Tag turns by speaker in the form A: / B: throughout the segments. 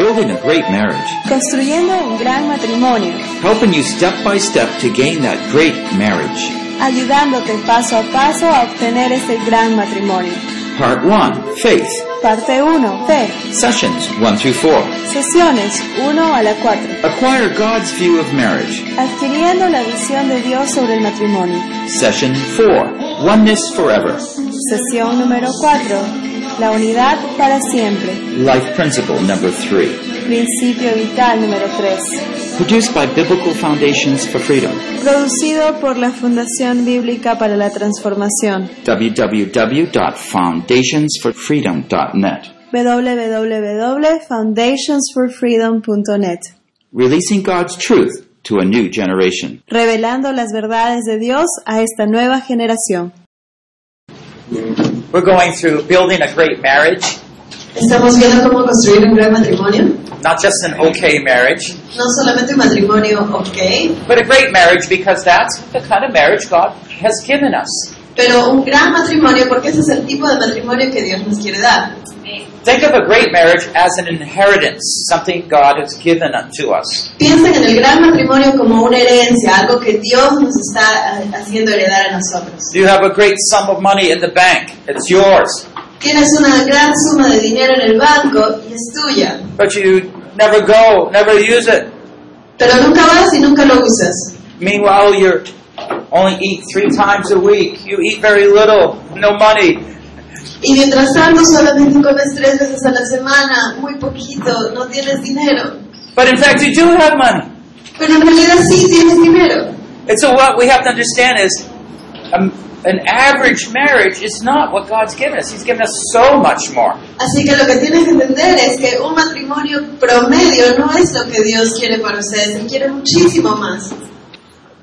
A: Building a great marriage.
B: Construyendo un gran matrimonio,
A: Helping you step by step to gain that great marriage.
B: ayudándote paso a paso a obtener ese gran matrimonio.
A: Part 1 Faith.
B: Parte 1. Fe.
A: Sessions 1 through 4.
B: Sesiones 1 a la 4.
A: Acquire God's view of marriage.
B: Adquiriendo la visión de Dios sobre el matrimonio.
A: Session 4 Oneness Forever.
B: Sesión número 4. La unidad para siempre.
A: Life Principle number 3.
B: Principio vital número 3.
A: Produced by Biblical Foundations for Freedom.
B: Producido por la Fundación Bíblica para la Transformación.
A: www.foundationsforfreedom.net.
B: www.foundationsforfreedom.net.
A: Releasing God's truth to a new generation.
B: Revelando las verdades de Dios a esta nueva generación.
C: We're going through building a great marriage,
D: Estamos viendo cómo construir un gran matrimonio.
C: not just an okay marriage,
D: No solamente un matrimonio ok,
C: but a great marriage because that's the kind of marriage God has given us.
D: pero un gran matrimonio porque ese es el tipo de matrimonio que Dios nos quiere dar.
C: Think of a great marriage as an inheritance, something God has given unto us.
D: Piensen en el gran matrimonio como una herencia, algo que Dios nos está eh, haciendo heredar a nosotros.
C: You have a great sum of money in the bank, it's yours,
D: Tienes una gran suma de dinero en el banco y es tuya,
C: but you never go, never use it.
D: pero nunca vas y nunca lo usas.
C: Meanwhile, you only eat three times a week, you eat very little, no money.
D: Y mientras tanto solamente comes tres veces a la semana, muy poquito, no tienes dinero.
C: But in fact, you do have money.
D: Pero en realidad sí tienes dinero.
C: And so, what we have to understand is um, an average marriage is not what God's given us. He's given us so much more.
D: Así que lo que tienes que entender es que un matrimonio promedio no es lo que Dios quiere para ustedes, Él quiere muchísimo más.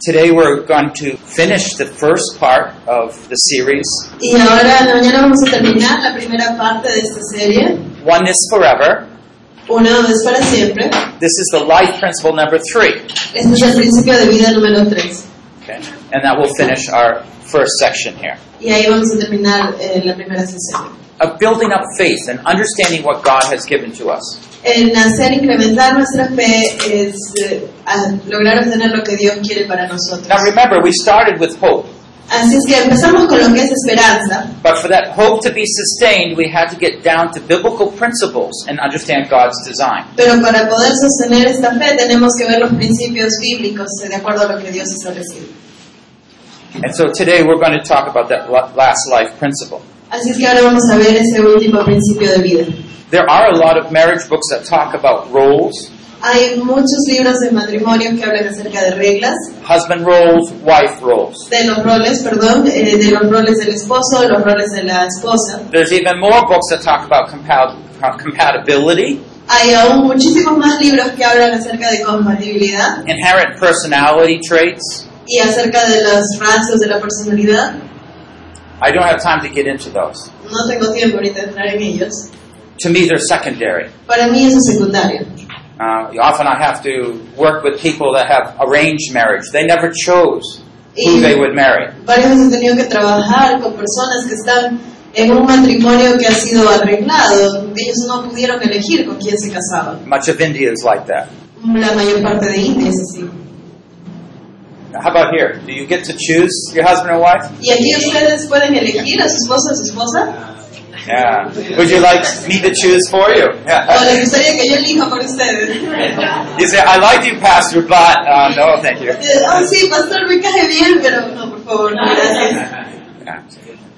C: Today, we're going to finish the first part of the series,
D: Y ahora, mañana vamos a terminar la primera parte de esta serie,
C: Oneness Forever.
D: Una vez para siempre.
C: This is the life principle number three.
D: Este es el principio de vida número 3.
C: Okay? And that will finish our first section here
D: Y ahí vamos a terminar eh, la primera sesión.
C: of building up faith and understanding what God has given to us.
D: En hacer incrementar nuestra fe es eh, a lograr obtener lo que Dios quiere para nosotros.
C: Now, remember, we started with hope.
D: Así es que empezamos con lo que es esperanza.
C: But for that hope to be sustained, we had to get down to biblical principles and understand God's design.
D: Pero para poder sostener esta fe tenemos que ver los principios bíblicos eh, de acuerdo a lo que Dios ha establecido.
C: And so today we're going to talk about that la- last life principle.
D: Así es que ahora vamos a ver ese último principio de vida.
C: There are a lot of marriage books that talk about roles
D: Hay muchos libros de matrimonio que hablan acerca de reglas,
C: husband roles, wife roles.
D: de los roles, perdón, eh, de los roles del esposo, de los roles de la esposa.
C: There's even more books that talk about compa- com- compatibility,
D: Hay aún muchísimos más libros que hablan acerca de compatibilidad
C: inherent personality traits.
D: y acerca de los rasgos de la personalidad.
C: I don't have time to get into those.
D: No tengo tiempo ahorita de entrar en ellos.
C: To me, they're secondary.
D: Para mí eso es secundario.
C: Uh, often I have to work with people that have arranged marriage. They never chose who they would marry.
D: Varias veces he tenido que trabajar con personas que están en un matrimonio que ha sido arreglado. Ellos no pudieron elegir con quién se casaban.
C: Much of India is like that.
D: La mayor parte de India es así.
C: How about here? Do you get to choose your husband or wife?
D: ¿Y aquí ustedes pueden elegir a su esposo o a su esposa?
C: Yeah. Would you like me to choose for you?
D: ¿O
C: Yeah.
D: les gustaría que yo elija por ustedes?
C: You say, I like you, Pastor, but uh, no, thank you.
D: Eh, Oh, sí, pastor, me cae bien, pero no, por favor, no, gracias.
C: Yeah.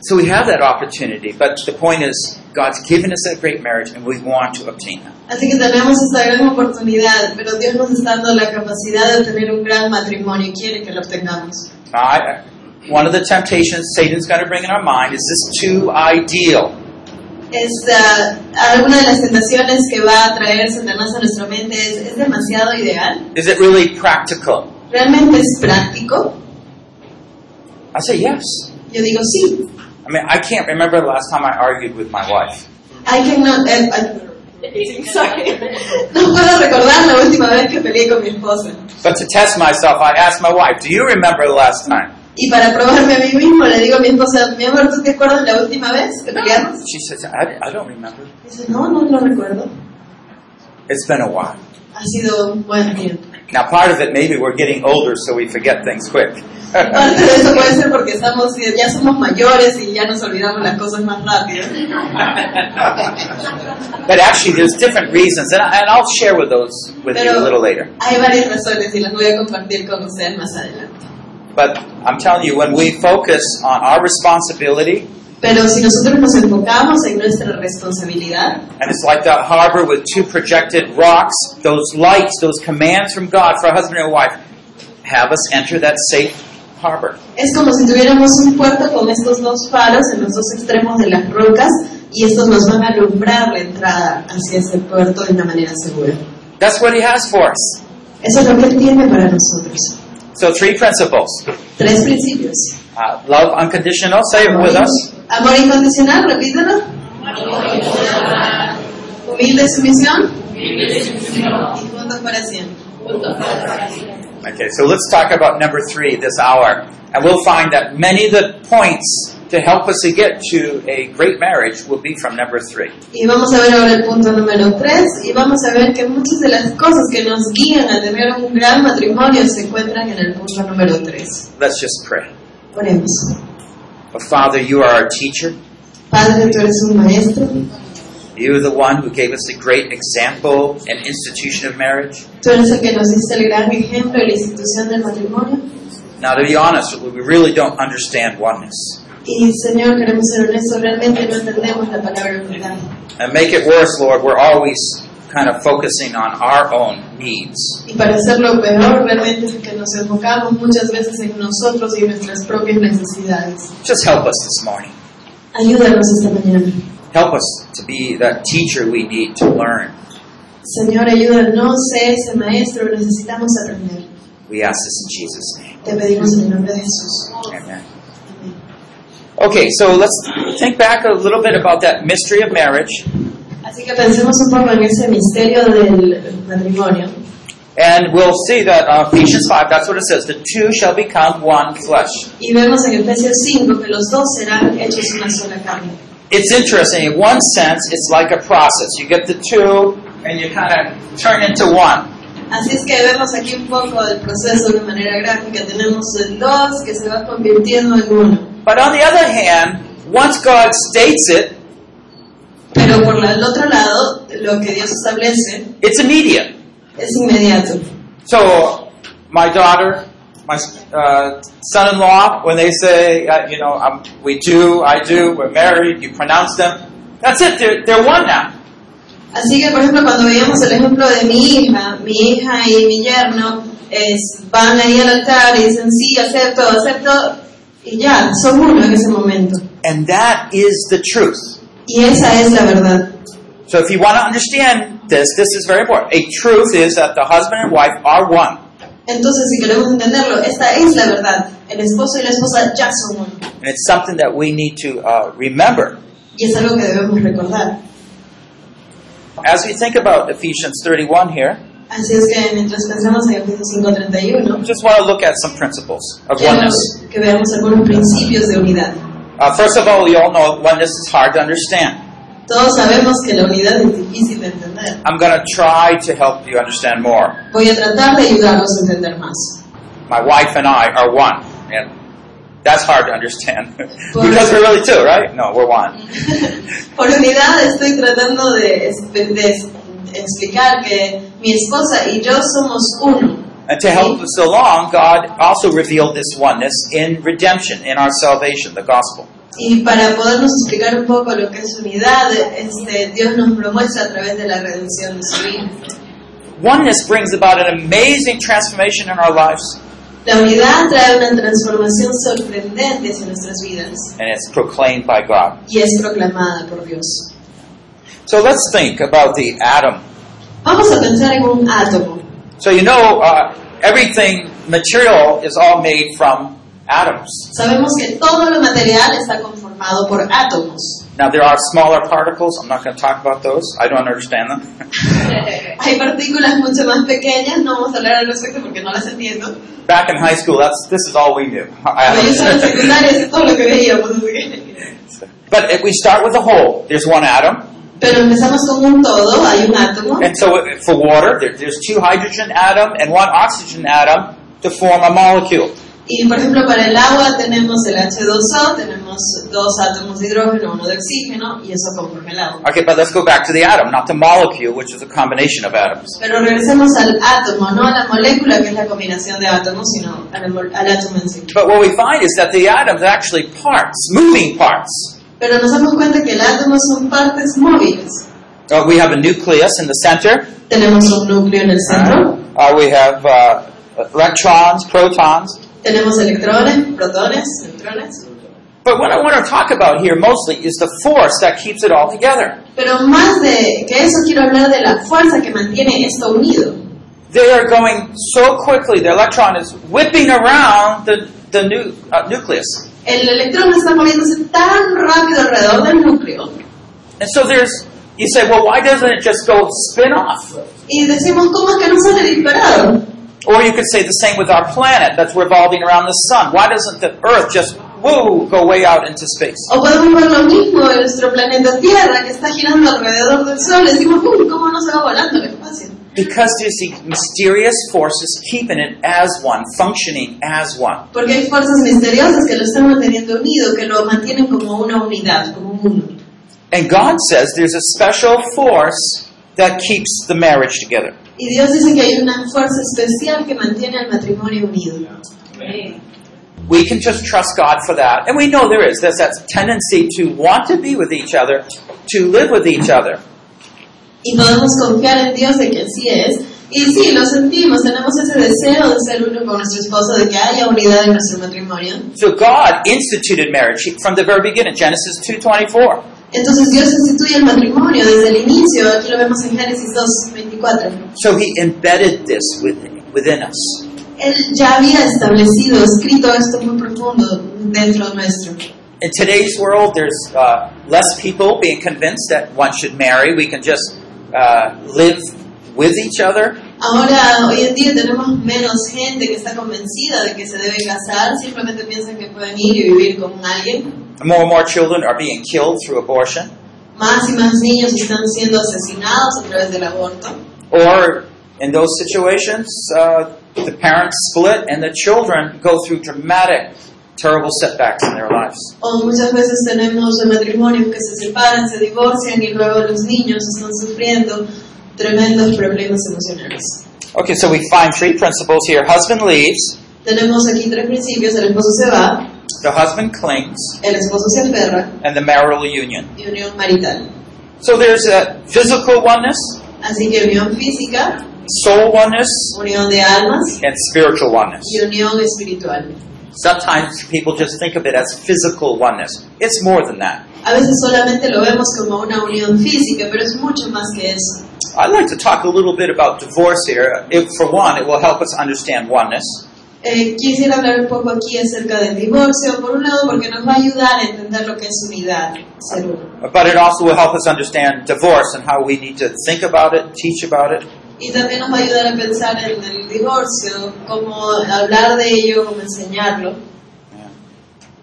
C: So we have that opportunity, but the point is, God's given us that great marriage, and we want to obtain that.
D: Así que tenemos esta gran oportunidad, pero Dios nos está dando la capacidad de tener un gran matrimonio y quiere que lo obtengamos.
C: Now, I, one of the temptations Satan's going to bring in our mind is this too ideal.
D: Es, ah, alguna de las tentaciones que va a traer Satanás a nuestra mente es, ¿es demasiado ideal?
C: Is it really practical?
D: ¿Realmente es práctico?
C: I say yes.
D: Yo digo, sí.
C: I mean, I can't remember the last time I argued with my wife.
D: I cannot, eh, I- sorry. No puedo recordar la última vez que peleé con mi esposa.
C: But to test myself, I asked my wife, Do you remember the last time?
D: Y para probarme a mí mismo, le digo a mi esposa, mi amor, ¿tú te acuerdas la última vez que peleamos?
C: She says, I, I don't remember.
D: Dice, no, no lo recuerdo.
C: It's been a while.
D: Ha sido un buen tiempo.
C: Now, part of it, maybe we're getting older, so we forget things quick.
D: Parte de eso puede ser porque estamos, ya somos mayores y ya nos olvidamos las cosas más rápido.
C: but actually, there's different reasons, and, I, and I'll share with those with you a little later.
D: hay varias razones y las voy a compartir con ustedes más adelante.
C: But I'm telling you, when we focus on our responsibility,
D: Pero si nosotros nos enfocamos en nuestra responsabilidad,
C: and it's like that harbor with two projected rocks, those lights, those commands from God for a husband and a wife, have us enter that safe harbor.
D: es como si tuviéramos un puerto con estos dos faros en los dos extremos de las rocas y estos nos van a alumbrar la entrada hacia ese puerto de una manera segura.
C: That's what He has for us.
D: Eso es lo que Él tiene para nosotros.
C: So, three principles
D: Tres principios.
C: uh, love unconditional, say it with us.
D: Amor incondicional, repítelo. Humilde sumisión. Y juntos para siempre.
C: Okay, so let's talk about number three this hour. And we'll find that many of the points to help us to get to a great marriage will be from number three.
D: Y vamos a ver ahora el punto número 3 y vamos a ver que muchas de las cosas que nos guían a tener un gran matrimonio se encuentran en el punto número 3.
C: Let's just pray.
D: Oremos.
C: But Father, you are our teacher.
D: Padre, tú eres un maestro,
C: You are the one who gave us the great example and institution of marriage.
D: tú eres el que nos diste el gran ejemplo y la institución del matrimonio.
C: Now, to be honest, we really don't understand oneness.
D: Y Señor, queremos ser honestos, realmente no entendemos la palabra unidad.
C: And make it worse, Lord, we're always kind of focusing on our own needs.
D: Y para hacerlo peor, realmente es que nos enfocamos muchas veces en nosotros y en nuestras propias necesidades.
C: Just help us this morning.
D: Ayúdanos esta mañana.
C: Help us to be that teacher we need to learn.
D: Señor, ayúdanos, sé ese maestro, necesitamos aprender.
C: We ask this in Jesus' name.
D: Te pedimos en el nombre de Jesús.
C: Amen. Okay, so let's think back a little bit about that mystery of marriage.
D: Así que pensemos un poco en ese misterio del matrimonio.
C: And we'll see that uh, Ephesians 5, that's what it says. The two shall become one flesh.
D: Y vemos en Efesios 5 que los dos serán hechos una sola carne.
C: It's interesting. In one sense, it's like a process. You get the two, and you kind of turn into one.
D: Así es que vemos aquí un poco del proceso de manera gráfica. Tenemos el dos que se va convirtiendo en uno.
C: But on the other hand, once God states it,
D: Pero por la- el otro lado, lo que Dios establece
C: it's immediate.
D: es inmediato.
C: So, my daughter, my uh, son-in-law, when they say, uh, you know, um, we do, I do, we're married, you pronounce them, that's it. They're, they're one now.
D: Así que, por ejemplo, cuando veíamos el ejemplo de mi hija, mi hija y mi yerno es- van ahí al altar y dicen, sí, acepto, acepto, y ya, son uno en ese momento.
C: And that is the truth.
D: Y esa es la verdad.
C: So, if you want to understand this, this is very important. A truth is that the husband and wife are one.
D: Entonces, si queremos entenderlo, esta es la verdad. El esposo y la esposa ya son uno.
C: And it's something that we need to uh, remember.
D: Y es algo que debemos recordar.
C: As we think about Ephesians 31 here,
D: Así es que mientras pensamos en Efesios 5.31,
C: I just want to look at some principles of
D: quiero
C: oneness.
D: que veamos algunos principios de unidad.
C: Uh, first of all, we all know oneness is hard to understand.
D: Todos sabemos que la unidad es difícil de entender.
C: I'm going to try to help you understand more.
D: Voy a tratar de ayudarlos a entender más.
C: My wife and I are one, and that's hard to understand because we're really two, right? No, we're one.
D: Por unidad estoy tratando de, es- de- de explicar que mi esposa y yo somos uno.
C: And to help us along, God also revealed this oneness in redemption, in our salvation, the gospel.
D: Y para podernos explicar un poco lo que es unidad, este, Dios nos lo muestra a través de la redención de su Hijo.
C: Oneness brings about an amazing transformation in our lives.
D: La unidad trae una transformación sorprendente hacia nuestras vidas
C: and it's proclaimed by God.
D: y es proclamada por Dios.
C: So let's think about the atom.
D: Vamos a pensar en un átomo.
C: So you know, uh, everything material is all made from atoms.
D: Sabemos que todo lo material está conformado por átomos.
C: Now there are smaller particles. I'm not going to talk about those. I don't understand them.
D: Hay partículas mucho más pequeñas, no vamos a hablar al respecto porque no las entiendo.
C: Back in high school, that's this is all we knew.
D: Cuando yo estaba en
C: Atoms.
D: secundaria, eso es todo lo que veíamos. así que-
C: but if we start with a whole, there's one atom,
D: Pero empezamos con un todo, hay un átomo.
C: And so uh, for water, there, there's two hydrogen atom and one oxygen atom to form a molecule.
D: Y por ejemplo, para el agua tenemos el H2O, tenemos dos átomos de hidrógeno, uno de oxígeno, y eso conforma el agua.
C: Okay, but let's go back to the atom, not the molecule, which is a combination of atoms.
D: Pero regresemos al átomo, no a la molécula, que es la combinación de átomos, sino al, amol- al átomo en sí.
C: But what we find is that the atoms are actually parts, moving parts.
D: Pero nos damos cuenta que el átomo son partes móviles.
C: Uh, we have a nucleus in the center.
D: Tenemos un núcleo en el centro,
C: Uh, we have uh, electrons, protons.
D: tenemos electrones, protones, neutrones.
C: But what I want to talk about here mostly is the force that keeps it all together.
D: Pero más de que eso quiero hablar de la fuerza que mantiene esto unido.
C: They are going so quickly, the electron is whipping around the, the nu- uh, nucleus.
D: El electrón está moviéndose tan rápido alrededor del núcleo
C: And so there's, you say, well, why doesn't it just go spin off?
D: y decimos, ¿cómo es que no sale disparado?
C: Or you could say the same with our planet that's revolving around the sun. Why doesn't the Earth just, woo, go way out into space?
D: O podemos ver lo mismo de nuestro planeta Tierra que está girando alrededor del Sol. Decimos, uy, ¿cómo no se va volando el espacio?
C: Because there's these mysterious forces keeping it as one, functioning as one.
D: Porque hay fuerzas misteriosas que lo están manteniendo unido, que lo mantienen como una unidad, como un uno.
C: And God says there's a special force that keeps the marriage together.
D: Y Dios dice que hay una fuerza especial que mantiene al matrimonio unido.
C: We can just trust God for that. And we know there is. There's that tendency to want to be with each other, to live with each other.
D: Y podemos confiar en Dios de que así es. Y sí, lo sentimos, tenemos ese deseo de ser uno con nuestro esposo, de que haya unidad en nuestro matrimonio.
C: So God instituted marriage from the very beginning, Genesis 2.24.
D: Entonces Dios instituye el matrimonio desde el inicio, aquí lo vemos en Génesis 2, 24.
C: So He embedded this within, within us.
D: Él ya había establecido, escrito esto muy profundo dentro nuestro.
C: In today's world, there's uh, less people being convinced that one should marry. We can just uh, live with each other.
D: Ahora, hoy en día tenemos menos gente que está convencida de que se debe casar, simplemente piensan que pueden ir y vivir con alguien.
C: More and more children are being killed through abortion,
D: Más y más niños están siendo asesinados a través del aborto.
C: or in those situations, uh, the parents split and the children go through dramatic, terrible setbacks in their lives.
D: O muchas veces tenemos matrimonios que se separan, se divorcian y luego los niños están sufriendo tremendos problemas emocionales.
C: Okay, so we find three principles here: husband leaves,
D: Tenemos aquí tres principios, el esposo se va,
C: the husband clings,
D: el esposo se aferra
C: and the marital union.
D: y unión marital.
C: So there's a physical oneness,
D: Así que unión física,
C: soul oneness,
D: unión de almas
C: and spiritual oneness.
D: y unión espiritual.
C: Sometimes people just think of it as physical oneness. It's more than that.
D: A veces solamente lo vemos como una unión física, pero es mucho más que eso.
C: I'd like to talk a little bit about divorce here. If, for one, it will help us understand oneness.
D: Eh, quisiera hablar un poco aquí acerca del divorcio, por un lado porque nos va a ayudar a entender lo que es unidad, ser uno.
C: But it also will help us understand divorce and how we need to think about it, teach about it.
D: Y también nos va a ayudar a pensar en el divorcio, cómo hablar de ello, cómo enseñarlo.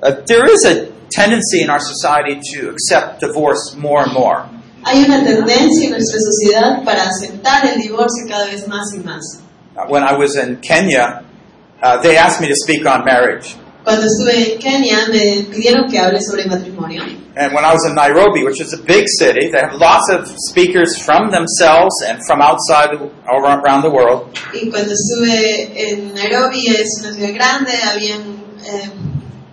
C: Uh, there is a tendency in our society to accept divorce more and more.
D: Hay una tendencia en nuestra sociedad para aceptar el divorcio cada vez más y más.
C: Uh, When I was in Kenya, uh, they asked me to speak on marriage.
D: Cuando estuve en Kenia me pidieron que hable sobre matrimonio.
C: And when I was in Nairobi, which is a big city, they have lots of speakers from themselves and from outside all around the world.
D: Y cuando estuve en Nairobi, es una ciudad grande, habían, eh,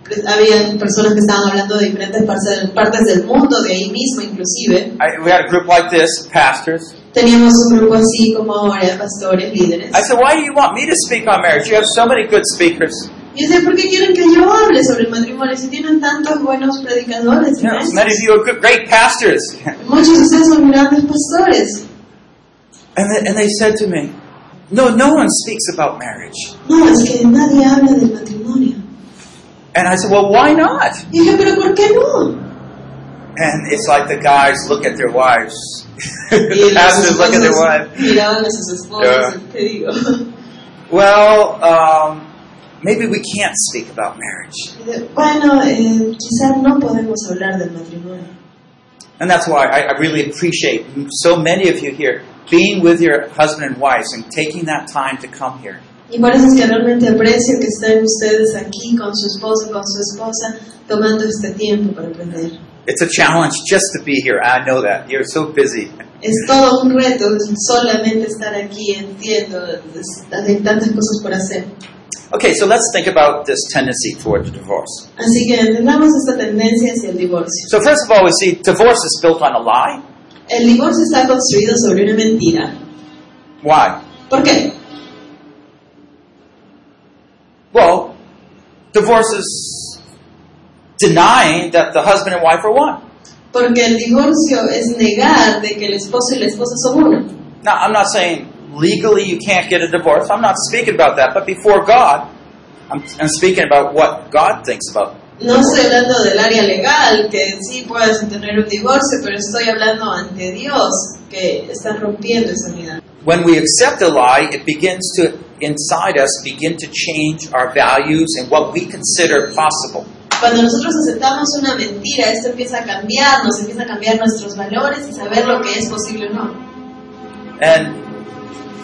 D: pre- habían personas que estaban hablando de diferentes partes, partes del mundo, de ahí mismo inclusive.
C: I, we had a group like this, pastors.
D: Teníamos un grupo así como ahora, pastores, líderes.
C: I said, "Why do you want me to speak on marriage? You have so many good speakers.
D: Y yo decía, ¿por qué quieren que yo hable sobre el matrimonio si tienen tantos buenos predicadores? y
C: You know,
D: maestros?
C: many of you are good, great pastors." And,
D: Muchos de ustedes son grandes pastores.
C: they, and they said to me, "No, no one speaks about marriage."
D: No, es que nadie habla del matrimonio.
C: And I said, "Well, why not?"
D: Y dije, ¿pero por qué no?
C: And it's like the guys look at their wives.
D: Y
C: the
D: los
C: pastors look at their
D: esposos
C: wives.
D: Miraban a sus esposas,
C: Yeah.
D: te digo.
C: Well, um, maybe we can't speak about marriage.
D: Bueno, eh, quizás no podemos hablar del matrimonio.
C: And that's why I, I really appreciate so many of you here being with your husband and wives and taking that time to come here.
D: Y por eso es que realmente aprecio que estén ustedes aquí con su esposo, con su esposa, tomando este tiempo para aprender.
C: It's a challenge just to be here. I know that. You're so busy.
D: Es todo un reto solamente estar aquí, entiendo, es- hay tantas cosas por hacer.
C: Okay, so let's think about this tendency toward the divorce.
D: Así que entendamos esta tendencia hacia el divorcio.
C: So, first of all, we see divorce is built on a lie.
D: El divorcio está construido sobre una mentira.
C: Why?
D: ¿Por qué?
C: Well, divorce is denying that the husband and wife are one.
D: Porque el divorcio es negar de que el esposo y la esposa son uno.
C: Now, I'm not saying legally you can't get a divorce. I'm not speaking about that. But before God, I'm, I'm speaking about what God thinks about.
D: No estoy hablando del área legal, que sí puedes tener un divorcio, pero estoy hablando ante Dios, que está rompiendo esa unidad.
C: When we accept a lie, it begins to, inside us, begin to change our values and what we consider possible.
D: Cuando nosotros aceptamos una mentira, esto empieza a cambiarnos, empieza a cambiar nuestros valores y saber lo que es posible o no.
C: And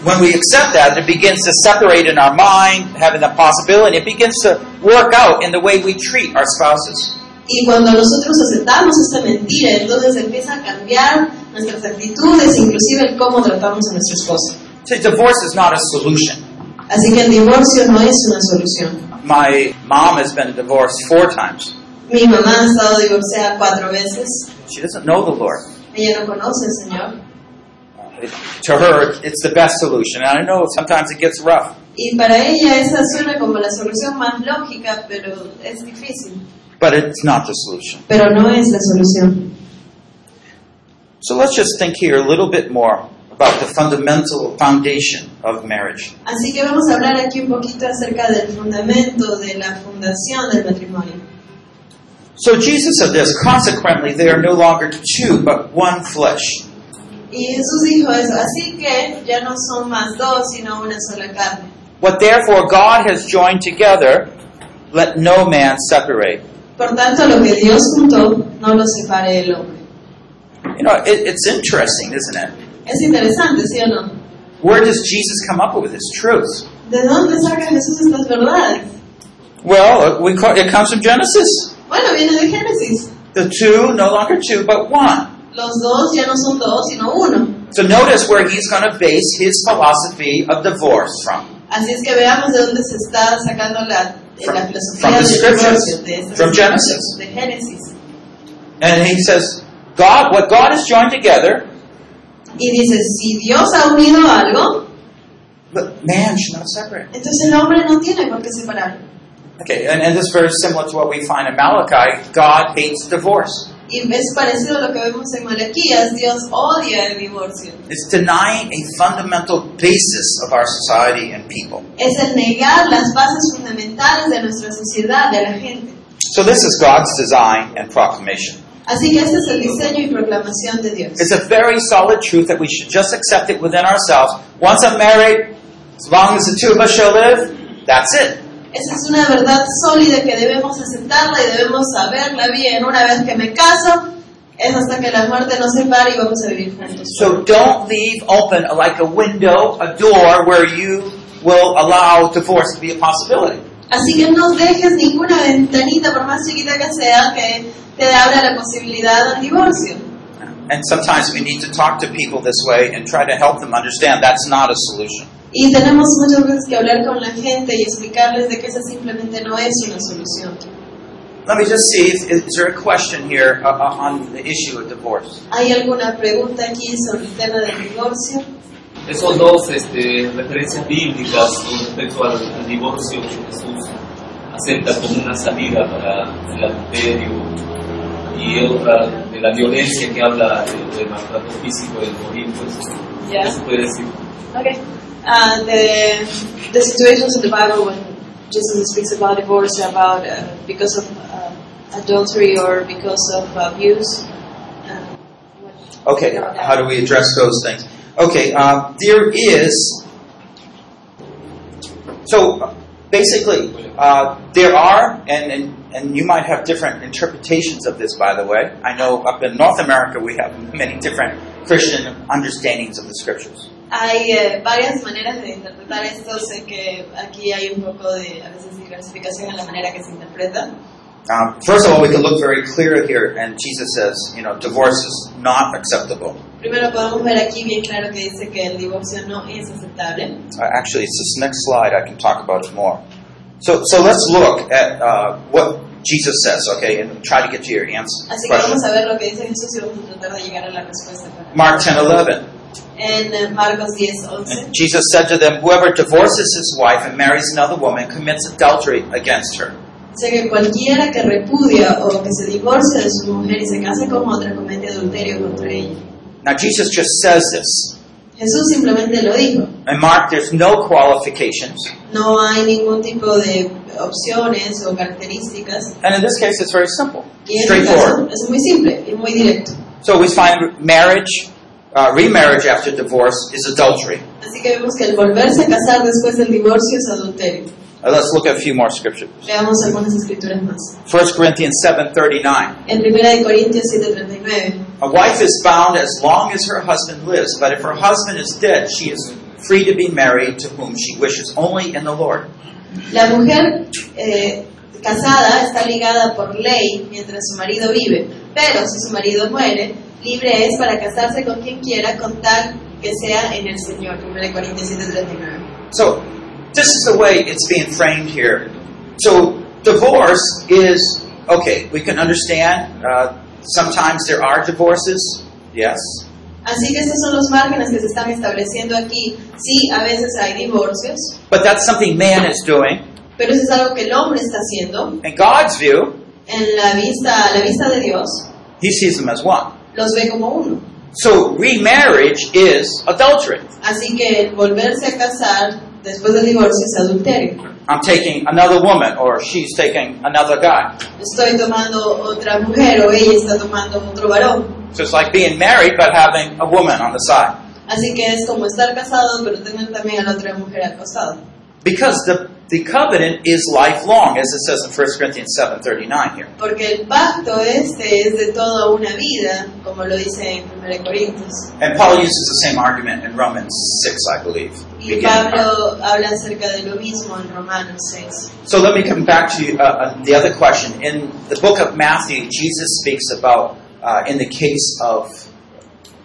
C: when we accept that, it begins to separate in our mind, having the possibility. It begins to work out in the way we treat our spouses.
D: Y cuando nosotros aceptamos esta mentira, entonces empieza a cambiar nuestras actitudes, inclusive el cómo tratamos a nuestro esposo.
C: See, divorce is not a solution.
D: Así que el divorcio no es una solución.
C: My mom has been divorced four times.
D: Mi mamá ha estado divorciada cuatro veces.
C: She doesn't know the Lord.
D: Ella no conoce al Señor.
C: It- to her, it's the best solution. And I know sometimes it gets rough,
D: Y para ella esa suena como la solución más lógica, pero es difícil.
C: but it's not the solution.
D: Pero no es la solución.
C: So let's just think here a little bit more about the fundamental foundation of marriage.
D: Así que vamos a hablar aquí un poquito acerca del fundamento, de la fundación del matrimonio.
C: So Jesus said this, consequently, they are no longer two, but one flesh.
D: Y Jesús dijo eso, así que ya no son más dos, sino una sola carne.
C: What therefore God has joined together, let no man separate.
D: Por tanto, lo que Dios juntó, no lo separe el hombre.
C: You know, it, it's interesting, isn't it?
D: Es interesante, ¿sí o no?
C: Where does Jesus come up with this truth?
D: ¿De dónde saca Jesús estas verdades?
C: Well, uh, we call, it comes from Genesis.
D: Bueno, viene de Génesis.
C: The two, no longer two, but one.
D: Los dos ya no son dos, sino uno.
C: So notice where he's going to base his philosophy of divorce from.
D: Así es que veamos de dónde se está sacando la, eh, la
C: From- from
D: filosofía
C: the
D: del
C: scriptures,
D: divorcio, de estas
C: from
D: escrituras,
C: Genesis.
D: De Génesis.
C: And he says, God, what God has joined together,
D: Y dice, si Dios ha unido algo,
C: but man should not separate.
D: entonces el hombre no tiene por qué separarlo.
C: Okay, and, and this is very similar to what we find in Malachi. God hates divorce.
D: Y es parecido a lo que vemos en Malaquías, Dios odia el divorcio.
C: It's denying a fundamental basis of our society and people.
D: Es el negar las bases fundamentales de nuestra sociedad, de la gente.
C: So this is God's design and proclamation.
D: Así que este es el diseño y proclamación de Dios.
C: It's a very solid truth that we should just accept it within ourselves. Once I'm married, as long as the two of us shall live, that's it.
D: Esa es una verdad sólida que debemos aceptarla y debemos saberla bien. Una vez que me caso, es hasta que la muerte nos separe y vamos a vivir juntos.
C: So don't leave open like a window, a door where you will allow divorce to be a possibility.
D: Así que no dejes ninguna ventanita, por más chiquita que sea, que te abra la posibilidad del divorcio.
C: And sometimes we need to talk to people this way and try to help them understand that's not a solution.
D: Y tenemos muchas veces que hablar con la gente y explicarles de que esa simplemente no es una solución.
C: Let me just see, if, is there a question here uh, uh, on the issue of divorce?
D: ¿Hay alguna pregunta aquí sobre el tema del divorcio?
E: Esos dos este, referencias bíblicas con respecto al, al divorcio que Jesús acepta como una salida para el adulterio y otra de la violencia que habla del del maltrato físico del morir, pues
D: Ya.
E: eso puede decir.
D: Okay. Uh, the the situations in the Bible when Jesus speaks about divorce are about uh, because of uh, adultery or because of abuse. Uh, what-
C: Okay, how do we address those things? Okay, uh, there is. So uh, basically, uh, there are, and, and, and you might have different interpretations of this, by the way. I know up in North America we have many different Christian understandings of the scriptures.
D: Hay eh, varias maneras de interpretar esto. Sé que aquí hay un poco de, a veces, diversificación en la manera que se interpreta.
C: Um, first of all, we can look very clear here, and Jesus says, you know, divorce is not acceptable.
D: Primero podemos ver aquí bien claro que dice que el divorcio no es aceptable.
C: Uh, actually, it's this next slide. I can talk about it more. So, so let's look at uh, what Jesus says, okay, and try to get to your answer.
D: Así que
C: question.
D: vamos a ver lo que dice Jesús y vamos a tratar de llegar a la respuesta.
C: Mark 10 11.
D: En eh, Marcos 10, 11.
C: And Jesus said to them, Whoever divorces his wife and marries another woman commits adultery against her.
D: Sé que cualquiera que repudia o que se divorcia de su mujer y se casa con otra comete adulterio contra ella.
C: Now, Jesus just says this.
D: Jesús simplemente lo dijo.
C: And Mark, there's no qualifications.
D: No hay ningún tipo de opciones o características.
C: And in this case, it's very simple,
D: Y en este caso
C: straightforward.
D: es muy simple y muy directo.
C: So we find marriage, uh, remarriage after divorce is adultery.
D: Así que vemos que el volverse a casar después del divorcio es adulterio.
C: Uh, let's look at a few more scriptures.
D: Veamos algunas escrituras más.
C: 1 Corinthians 7:39.
D: En 1 de Corintios 7:39.
C: A wife is bound as long as her husband lives, but if her husband is dead, she is free to be married to whom she wishes, only in the Lord.
D: La mujer eh, casada está ligada por ley mientras su marido vive, pero si su marido muere, libre es para casarse con quien quiera con tal que sea en el Señor. 1 Corintios 7:39.
C: So, this is the way it's being framed here. So, divorce is okay, we can understand. Uh, sometimes there are divorces, yes.
D: Así que estos son los márgenes que se están estableciendo aquí. Sí, a veces hay divorcios,
C: But that's something man is doing.
D: pero eso es algo que el hombre está haciendo.
C: In God's view,
D: En la vista, a la vista de Dios,
C: he sees them as one.
D: los ve como uno.
C: So, remarriage is adultery.
D: Así que el volverse a casar después del divorcio es adulterio.
C: I'm taking another woman, or she's taking another guy.
D: estoy tomando otra mujer o ella está tomando otro varón.
C: So it's like being married but having a woman on the side.
D: Así que es como estar casado, pero tener también a la otra mujer al costado.
C: Because the, the covenant is lifelong, as it says in 1 Corinthians 7.39 here.
D: Porque el pacto este es de toda una vida, como lo dice en 1 Corintios.
C: And Paul uses the same argument in Romans 6, I believe.
D: Y
C: beginning part.
D: Pablo habla acerca de lo mismo en Romanos 6.
C: So let me come back to uh, uh, the other question. In the book of Matthew, Jesus speaks about, uh, in the case of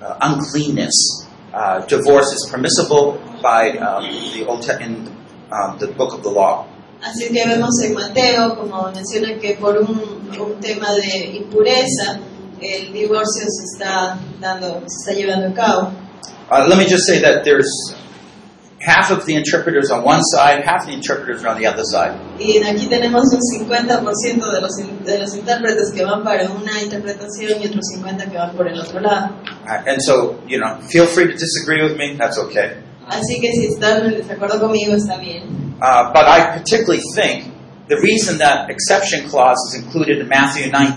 C: uh, uncleanness, uh, divorce is permissible by um, the Old Te- in um, the book of the law.
D: Así que vemos en Mateo, como menciona que por un, un tema de impureza, el divorcio se está, dando, se está llevando a cabo.
C: Uh, let me just say that there's half of the interpreters on one side, half the interpreters are on the other side.
D: Y aquí tenemos un 50% de los, in- de los intérpretes que van para una interpretación y otros 50% que van por el otro lado.
C: Uh, and so, you know, feel free to disagree with me, that's okay.
D: Así que si están en desacuerdo conmigo está bien.
C: Uh, but I particularly think the reason that exception clause is included in Matthew 19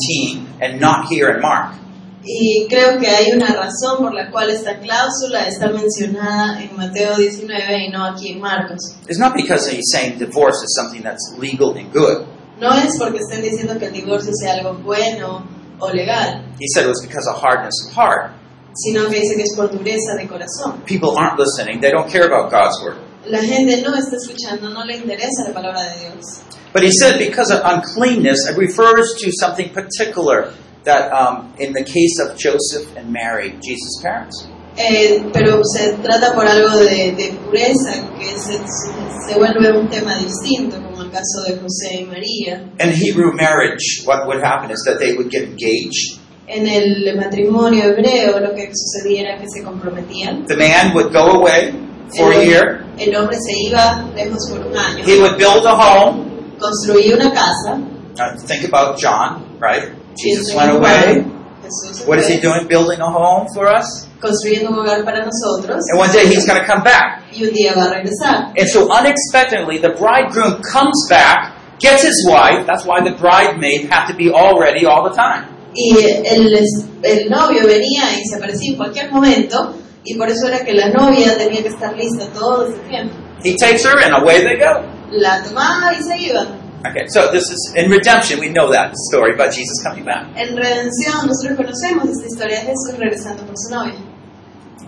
C: and not here in Mark
D: Y creo que hay una razón por la cual esta cláusula está mencionada en Mateo 19 y no aquí en Marcos.
C: is not because he's saying divorce is something that's legal and good.
D: No es porque estén diciendo que el divorcio sea algo bueno o legal,
C: He said it was because of hardness of heart.
D: sino que dice que es por dureza de corazón.
C: People aren't listening, they don't care about God's word.
D: La gente no está escuchando, no le interesa la palabra de Dios.
C: But he said because of uncleanness, it refers to something particular that um, in the case of Joseph and Mary, Jesus' parents.
D: Eh, pero se trata por algo de, de pureza, que se, se vuelve un tema distinto, como el caso de José y María.
C: In Hebrew marriage, what would happen is that they would get engaged.
D: En el matrimonio hebreo lo que sucedía era que se comprometían.
C: The man would go away for a year.
D: El hombre se iba lejos por un año,
C: He would build a home.
D: construía una casa.
C: Now, think about John, right? Jesus
D: Piensen
C: went
D: en
C: away.
D: Juan. Jesús se
C: What is he
D: fue,
C: doing? Building a home for us?
D: Construyendo un hogar para nosotros.
C: And one day he's going to come back.
D: Y un día va a regresar.
C: And so unexpectedly, the bridegroom comes back, gets his wife. That's why the bridesmaid had to be all ready all the time.
D: Y el, el novio venía y se aparecía en cualquier momento. Y por eso era que la novia tenía que estar lista todo ese tiempo.
C: He takes her and away they go.
D: la tomaba y se iba.
C: Okay, so this is in redemption. We know that story about Jesus coming back.
D: En redención nosotros conocemos esta historia de Jesús regresando por su novia.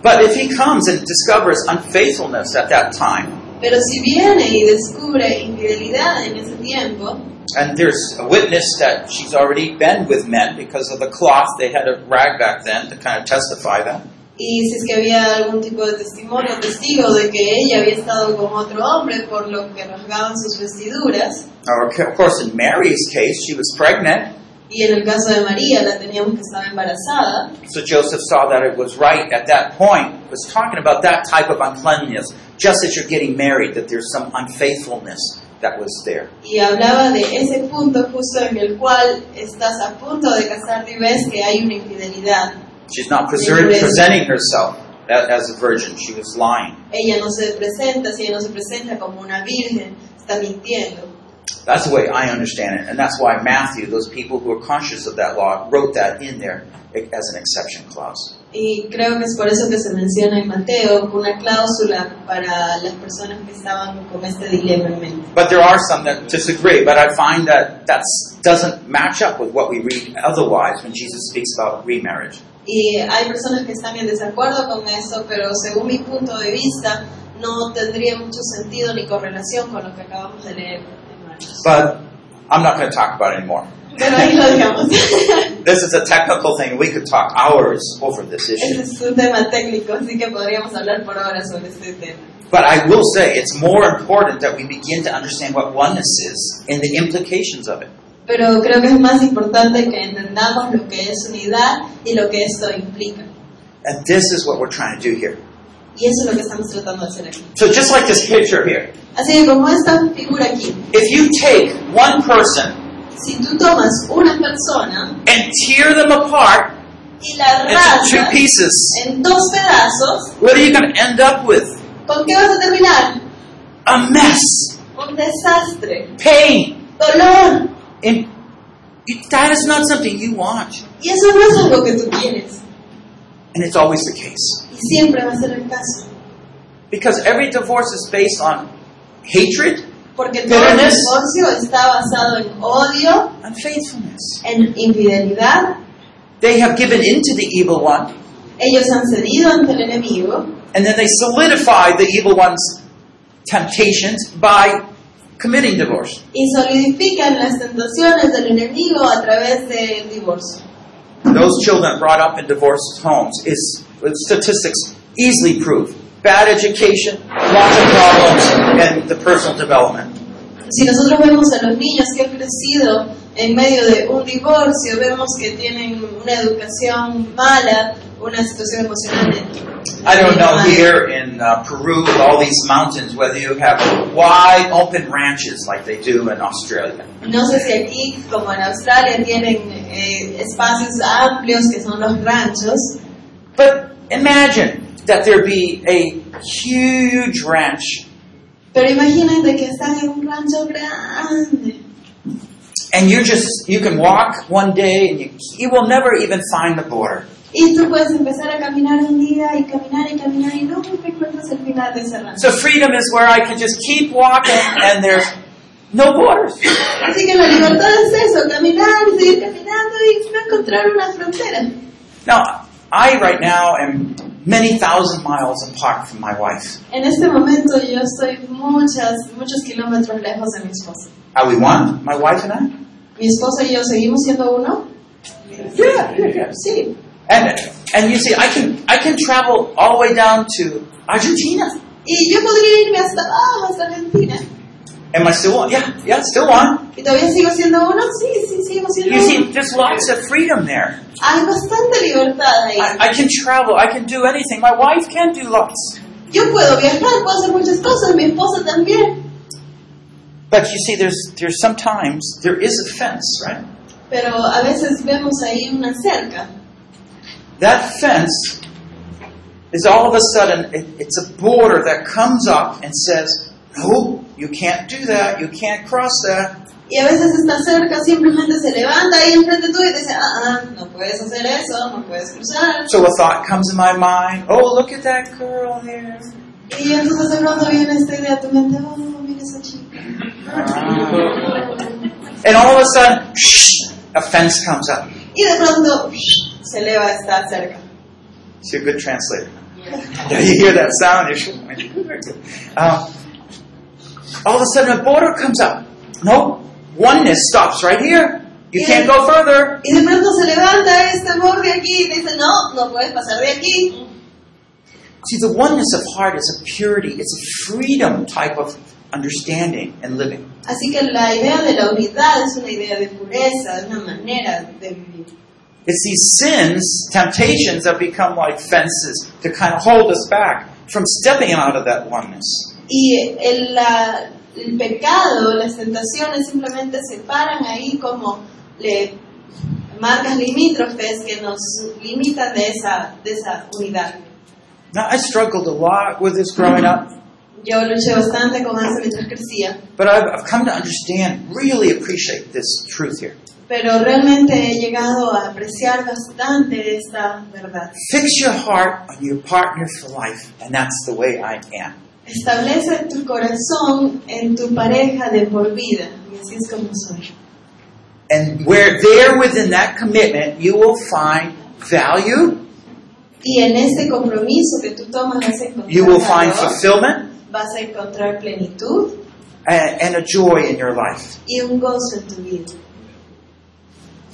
C: But if he comes and discovers unfaithfulness at that time,
D: Pero si viene y descubre infidelidad en ese tiempo,
C: and there's a witness that she's already been with men because of the cloth, they had a rag back then to kind of testify that.
D: y si es que había algún tipo de testimonio, testigo de que ella había estado con otro hombre por lo que rasgaban sus vestiduras,
C: Or, of course, in Mary's case, she was pregnant,
D: y en el caso de María la teníamos que estaba embarazada,
C: so Joseph saw that it was right at that point. Was talking about that type of uncleanness, just as you're getting married, that there's some unfaithfulness that was there.
D: y hablaba de ese punto justo en el cual estás a punto de casarte y ves que hay una infidelidad.
C: She's not preser-
D: Yes.
C: presenting herself a- as a virgin. She was lying.
D: Ella no se presenta, si ella no se presenta como una virgen, está mintiendo.
C: That's the way I understand it, and that's why Matthew, those people who are conscious of that law, wrote that in there eh, as an exception clause.
D: Y creo que es por eso que se menciona en Mateo una cláusula para las personas que estaban con este dilema en mente.
C: But there are some that disagree, but I find that that doesn't match up with what we read otherwise when Jesus speaks about remarriage.
D: Y hay personas que están en desacuerdo con eso, pero según mi punto de vista no tendría mucho sentido ni correlación con lo que acabamos de leer en Marcos.
C: But I'm not going to talk about it anymore.
D: Pero ahí lo dejamos.
C: This is a technical thing. We could talk hours over this
D: Ese
C: issue.
D: es un tema técnico, así que podríamos hablar por horas sobre este tema.
C: But I will say it's more important that we begin to understand what oneness is and the implications of it.
D: Pero creo que es más importante que entendamos lo que es unidad y lo que esto implica.
C: And this is what we're trying to do here.
D: Y eso es lo que estamos tratando de hacer aquí.
C: So just like this picture here,
D: Así que como esta figura aquí,
C: if you take one person
D: si tú tomas una persona
C: and tear them apart
D: y la
C: into two
D: rasgas
C: pieces,
D: en dos pedazos,
C: what are you going to end up with?
D: ¿con qué vas a terminar?
C: A mess,
D: Un desastre,
C: pain,
D: dolor.
C: and it- that is not something you want.
D: Y eso no es algo que tú quieres.
C: And it's always the case.
D: Y siempre va a ser el caso.
C: Because every divorce is based on hatred,
D: Porque todo el
C: Bitterness.
D: divorcio está basado en odio,
C: unfaithfulness.
D: en infidelidad.
C: They have given into the evil one,
D: Ellos han cedido ante el enemigo
C: and then they solidify the evil one's temptations by committing divorce.
D: y solidifican las tentaciones del enemigo a través del divorcio.
C: Those children brought up in divorced homes is statistics easily prove bad education, lots of problems, and the personal development.
D: Si nosotros vemos a los niños que han crecido en medio de un divorcio, vemos que tienen una educación mala, una situación emocional.
C: I don't know
D: mala.
C: here in uh, Peru, with all these mountains, whether you have wide open ranches like they do in Australia.
D: No sé si aquí, como en Australia, tienen eh, espacios amplios que son los ranchos,
C: But imagine that there be a huge ranch
D: pero imagínate que están en un rancho grande
C: and you just you can walk one day and you, you will never even find the border.
D: y tú puedes empezar a caminar un día y caminar y caminar y no recuerdas el final de ese rancho.
C: So freedom is where I can just keep walking and there's no borders.
D: Así que la libertad es eso, caminar, seguir caminando y no encontrar una frontera.
C: Now I right now am many thousand miles apart from my wife.
D: En este momento yo estoy muchas, muchos kilómetros lejos de mi esposo.
C: Are we one? My wife and I?
D: Mi esposo y yo seguimos siendo uno.
C: Yeah, yeah, yeah.
D: Sí.
C: And and you see I can I can travel all the way down to Argentina.
D: Y yo podría irme hasta abajo, hasta Argentina.
C: Am I still one? Yeah, yeah, still one.
D: ¿Y todavía sigo siendo uno? Sí, sí, sigo siendo
C: You see,
D: uno.
C: there's lots of freedom there.
D: Hay bastante libertad ahí.
C: I, I can travel. I can do anything. My wife can do lots.
D: Yo puedo viajar, puedo hacer muchas cosas, mi esposo también.
C: But you see, there's there's sometimes there is a fence, right?
D: Pero a veces vemos ahí una cerca.
C: That fence is all of a sudden it, it's a border that comes up and says, "No, you can't do that. You can't cross that."
D: Y a veces está cerca, simplemente se levanta ahí enfrente tuyo y te dice, ah, ah, no puedes hacer eso, no puedes cruzar.
C: So a thought comes in my mind. Oh, look at that girl there.
D: Y entonces de pronto viene esta idea a tu mente, oh, mira esa chica.
C: And all of a sudden, shh, a fence comes up.
D: Y de pronto se eleva está cerca.
C: She's a good translator. you hear that sound? You're um, all of a sudden, a border comes up. No, oneness stops right here. You can't go further.
D: Y de pronto se levanta este borde aquí y dice, no, no puedes pasar de aquí.
C: See, the oneness of heart is a purity, it's a freedom type of understanding and living.
D: Así que la idea de la unidad es una idea de pureza, es una manera de vivir.
C: It's these sins, temptations that become like fences to kind of hold us back from stepping out of that oneness.
D: Y el, la- el pecado, las tentaciones simplemente se paran ahí como le, marcas limítrofes que nos limitan de esa, de esa unidad.
C: Now, I struggled a lot with this growing up,
D: Yo luché bastante con eso mientras crecía,
C: but I've, I've come to understand, really appreciate this truth here.
D: pero realmente he llegado a apreciar bastante esta verdad.
C: Fix your heart on your partner for life, and that's the way I am.
D: Establece tu corazón en tu pareja de por vida, y así es como soy.
C: And where there within that commitment, you will find value,
D: Y en ese compromiso que tú tomas vas a encontrar
C: you will find
D: valor,
C: fulfillment,
D: vas a encontrar plenitud
C: and, and a joy in your life.
D: y un gozo en tu vida.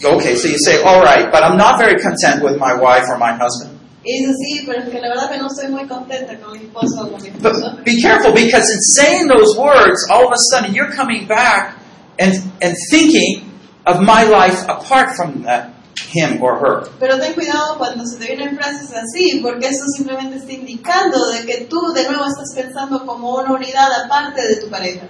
C: Okay, so you say, all right, but I'm not very content with my wife or my husband.
D: Y dices, sí, pero es que la verdad que no estoy muy contenta con mi esposo o con mi esposa.
C: But be careful because in saying those words, all of a sudden you're coming back and, and thinking of my life apart from that, him or her.
D: Pero ten cuidado cuando se te vienen frases así, porque eso simplemente está indicando de que tú de nuevo estás pensando como una unidad aparte de tu pareja.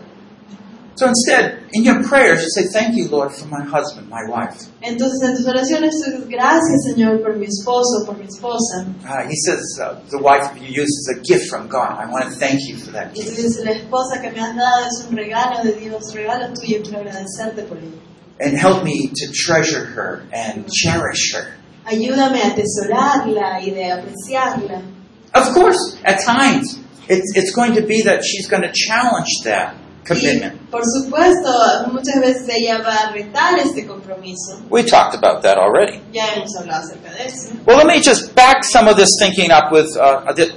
C: So instead, in your prayers, you say, Thank you, Lord, for my husband, my wife.
D: Entonces en tus oraciones tú dices, gracias Señor por mi esposo, por mi esposa.
C: Uh, he says, uh, The wife you use is a gift from God. I want to thank you for that.
D: Y tú dices, la esposa que me has dado es un regalo de Dios, regalo tuyo, quiero agradecerte por ello.
C: And help me to treasure her and cherish her.
D: Ayúdame a atesorarla y de apreciarla.
C: Of course, at times, it's, it's going to be that she's going to challenge that commitment.
D: Y, por supuesto, muchas veces ella va a retar este compromiso.
C: We talked about that already.
D: Ya hemos hablado acerca de eso.
C: Well, let me just back some of this thinking up with uh, the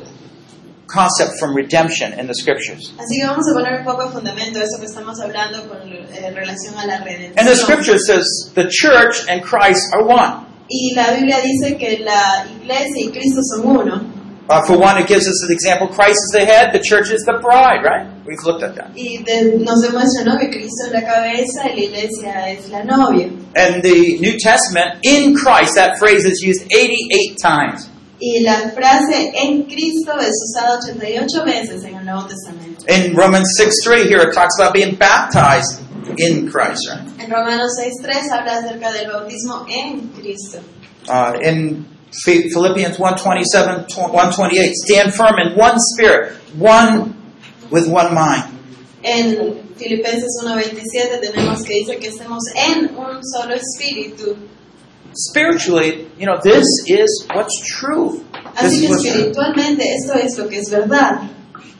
C: concept from redemption in the scriptures.
D: Así que vamos a poner un poco de fundamento a eso que estamos hablando con eh, relación a la
C: And the
D: redención.
C: scripture says the church and Christ are one.
D: Y la Biblia dice que la iglesia y Cristo son uno.
C: Uh, for one, it gives us an example. Christ is the head, the church is the bride, right? We've looked at that.
D: Y de- nos demuestra ¿no? que Cristo es la cabeza y la iglesia es la novia.
C: And the New Testament, in Christ, that phrase is used 88 times.
D: Y la frase en Cristo es usada 88 veces en el Nuevo Testamento.
C: In Romans 6 3, here it talks about being baptized in Christ, right?
D: En Romanos 6.3 habla acerca del bautismo en Cristo.
C: Uh, in Phi- Philippians 127, 128, stand firm in one spirit, one with one mind.
D: En Filipenses 1.27 tenemos que dice que estemos en un solo espíritu.
C: Spiritually, you know, this is what's true. This
D: Así
C: is
D: que
C: what's true.
D: espiritualmente esto es lo que es verdad.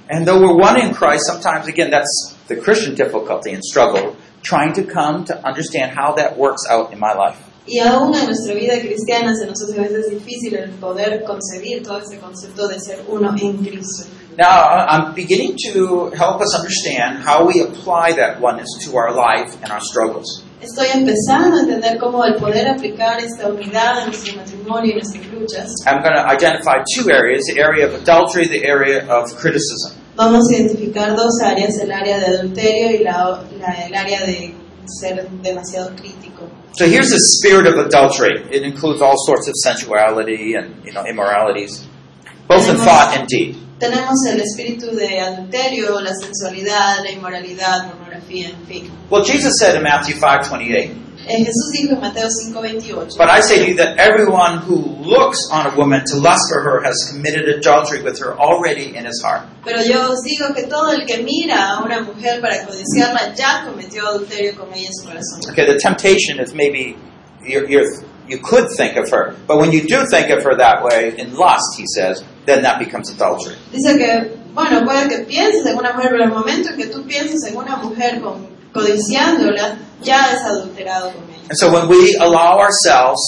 C: And though we're one in Christ, sometimes again that's the Christian difficulty and struggle, trying to come to understand how that works out in my life.
D: Y aún en nuestra vida cristiana se nos hace a veces difícil el poder concebir todo ese concepto de ser uno en Cristo.
C: Now, I- I'm beginning to help us understand how we apply that oneness to our life and our struggles.
D: Estoy empezando a entender cómo el poder aplicar esta unidad en nuestro matrimonio y en nuestras luchas.
C: I'm going to identify two areas, the area of adultery, the area of criticism.
D: Vamos a identificar dos áreas, el área de adulterio y la, la- el área de ser demasiado crítico.
C: So here's the spirit of adultery. It includes all sorts of sensuality and you know immoralities, both in thought and deed.
D: Tenemos el espíritu de adulterio, la sensualidad, la inmoralidad, pornografía, en fin.
C: Well, Jesus said in Matthew five twenty eight,
D: Eh, Jesús dijo en Mateo 5:28,
C: but I say to you that everyone who looks on a woman to lust for her has committed adultery with her already in his heart.
D: pero yo os digo que todo el que mira a una mujer para codiciarla ya cometió adulterio con ella en su corazón.
C: Okay, the temptation is maybe you're, you're, you could think of her, but when you do think of her that way in lust, he says, then that becomes adultery.
D: Dice que Bueno, puede que pienses en una mujer, pero el momento en que tú piensas en una mujer con- codiciándola, ya es adulterado con ella.
C: And so when we allow ourselves,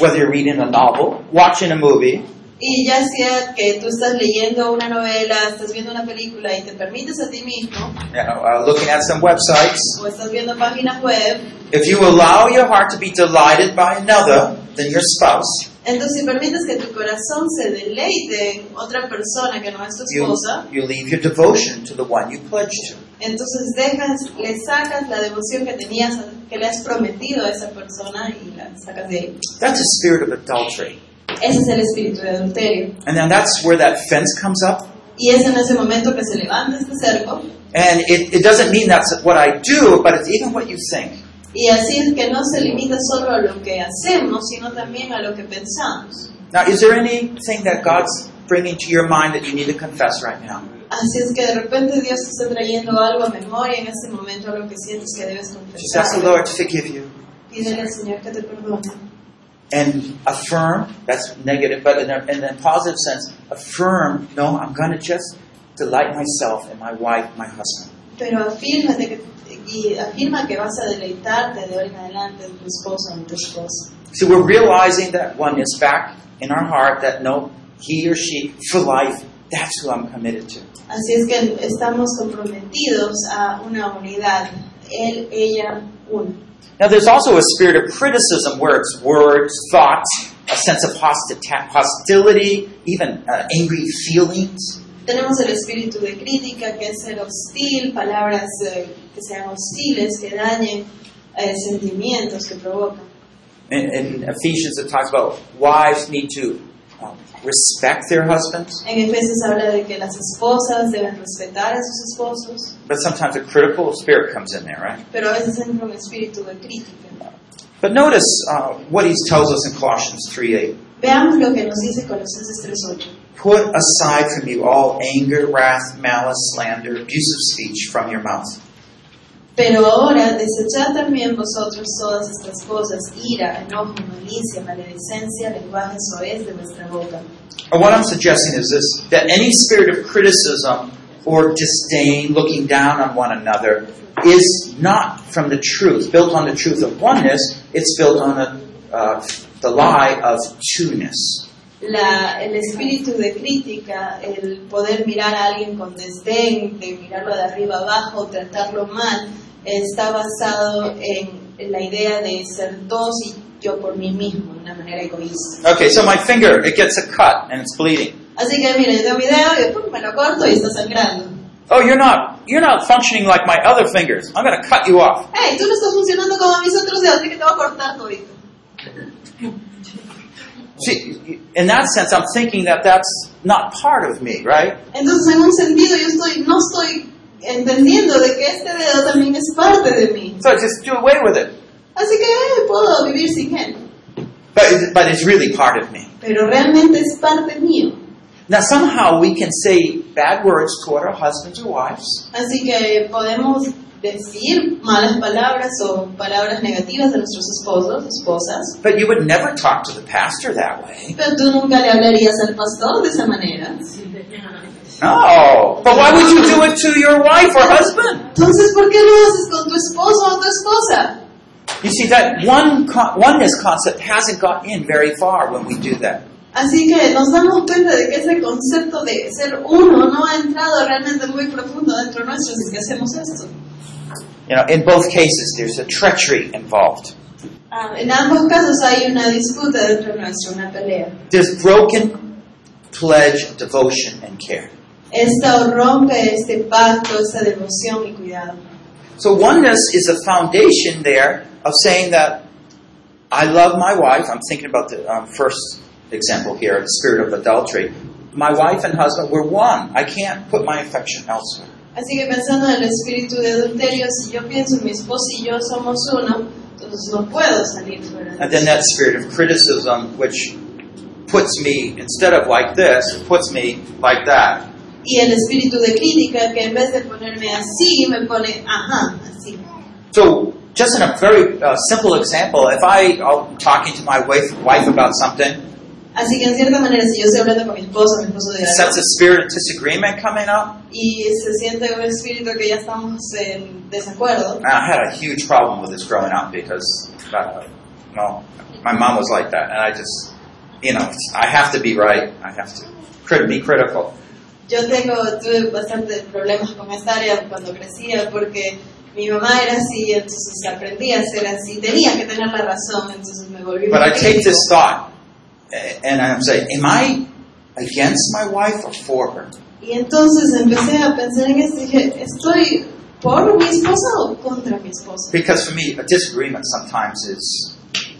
C: whether you're reading a novel, watching a movie,
D: Y ya sea que tú estás leyendo una novela, estás viendo una película y te permites a ti mismo,
C: you know, uh, looking at some websites,
D: o estás viendo páginas web,
C: if you allow your heart to be delighted by another than your spouse,
D: entonces si permites que tu corazón se deleite en otra persona que no es tu
C: you,
D: esposa,
C: you leave your devotion to the one you pledged to.
D: entonces dejas, le sacas la devoción que tenías, que le has prometido a esa persona y la sacas de ahí.
C: That's a spirit of adultery.
D: Ese es el espíritu de adulterio.
C: And then that's where that fence comes up.
D: Y es en ese momento que se levanta este cerco.
C: And it, it doesn't mean that's what I do, but it's even what you think.
D: Y así es que no se limita solo a lo que hacemos, sino también a lo que pensamos.
C: Now, is there anything that God's bringing to your mind that you need to confess right now?
D: Así es que de repente Dios te está trayendo algo a memoria en ese momento, algo que sientes que debes
C: Just ask the
D: confesar.
C: Lord to forgive you
D: Pídele al Señor que te perdone.
C: and affirm. That's negative, but in a, in a positive sense, affirm. No, I'm going to just delight myself in my wife, my husband.
D: Pero afírmate que, y afirma que vas a deleitarte de ahora en adelante en tu esposo o en tu esposa.
C: So we're realizing that one is back in our heart that no, he or she for life. That's who I'm committed to.
D: Así es que estamos comprometidos a una unidad. Él, ella, uno.
C: Now, there's also a spirit of criticism where it's words, thoughts, a sense of hostita- hostility, even uh, angry feelings.
D: Tenemos el espíritu de crítica, que es ser hostil, palabras eh, que sean hostiles, que dañen eh, sentimientos que provocan.
C: In, in Ephesians, it talks about wives need to um, respect their husbands,
D: En Efesios habla de que las esposas deben respetar a sus esposos,
C: but sometimes a critical spirit comes in there, right?
D: pero a veces entra un espíritu de crítica.
C: But notice uh, what he tells us in Colossians 3.8.
D: Veamos lo que nos dice Colosenses 3.8.
C: Put aside from you all anger, wrath, malice, slander, abusive speech from your mouth.
D: Pero ahora desechad también vosotros todas estas cosas, ira, enojo, malicia, maledicencia, lenguaje soez de vuestra boca.
C: Or what I'm suggesting is this that any spirit of criticism or disdain, looking down on one another, is not from the truth, built on the truth of oneness, it's built on a, uh, the lie of two ness.
D: la, el espíritu de crítica, el poder mirar a alguien con desdén, de mirarlo de arriba abajo, tratarlo mal, está basado en, en la idea de ser dos y yo por mí mismo, de una manera egoísta.
C: Okay, so my finger, it gets a cut and it's bleeding.
D: Así que mire, yo tengo mi dedo y ¡pum! me lo corto y está sangrando.
C: Oh, you're not, you're not functioning like my other fingers. I'm going to cut you off.
D: ¡Hey! Tú no estás funcionando como mis otros dedos, así que te voy a cortar todito.
C: See, in that sense, I'm thinking that that's not part of me, right?
D: Entonces, en un sentido, yo estoy, no estoy entendiendo de que este dedo también es parte de mí.
C: So just do away with it.
D: Así que eh, puedo vivir sin él.
C: But, but it's really part of me.
D: pero realmente es parte mío.
C: Now, somehow we can say bad words toward our husbands or wives,
D: Así que podemos decir malas palabras o palabras negativas de nuestros esposos, esposas,
C: but you would never talk to the pastor that way.
D: pero tú nunca le hablarías al pastor de esa manera.
C: No. But why would you do it to your wife or husband?
D: Entonces, ¿por qué lo haces con tu esposo o tu esposa?
C: You see, that one co- oneness concept hasn't got in very far when we do that.
D: Así que nos damos cuenta de que ese concepto de ser uno no ha entrado realmente muy profundo dentro nuestro si es que hacemos esto.
C: You know, in both cases, there's a treachery involved.
D: Ah, en ambos casos hay una disputa dentro nuestro, una pelea.
C: There's broken pledge, devotion, and care.
D: Esto rompe este pacto, esta devoción y cuidado.
C: So oneness is a foundation there of saying that I love my wife. I'm thinking about the um, first example here, the spirit of adultery. My wife and husband, we're one. I can't put my affection elsewhere.
D: Así que pensando en el espíritu de adulterio, si yo pienso en mi esposo y yo somos uno, entonces no puedo salir fuera. de
C: And then
D: eso.
C: that spirit of criticism, which puts me, instead of like this, it puts me like that.
D: Y el espíritu de crítica, que en vez de ponerme así, me pone, ajá, así.
C: So, just in a very uh, simple example, if I, I'm talking to my wife, wife about something,
D: Así que en cierta manera, si yo estoy hablando con mi esposo, mi esposo de
C: A sense a spirit of disagreement coming up.
D: y se siente un espíritu que ya estamos en desacuerdo,
C: I had a huge problem with this growing up because, uh, you know, my mom was like that, and I just, you know, I have to be right. I have to crit- be critical.
D: yo tengo, tuve bastantes problemas con esta área cuando crecía porque mi mamá era así, entonces aprendí a ser así, tenía que tener la razón, entonces me volví
C: But I
D: muy
C: take
D: crítico.
C: this thought, a- and I'm saying, am I against my wife or for her?
D: Y entonces empecé a pensar en esto y dije, ¿estoy por mi esposa o contra mi esposa?
C: Because for me, a disagreement sometimes is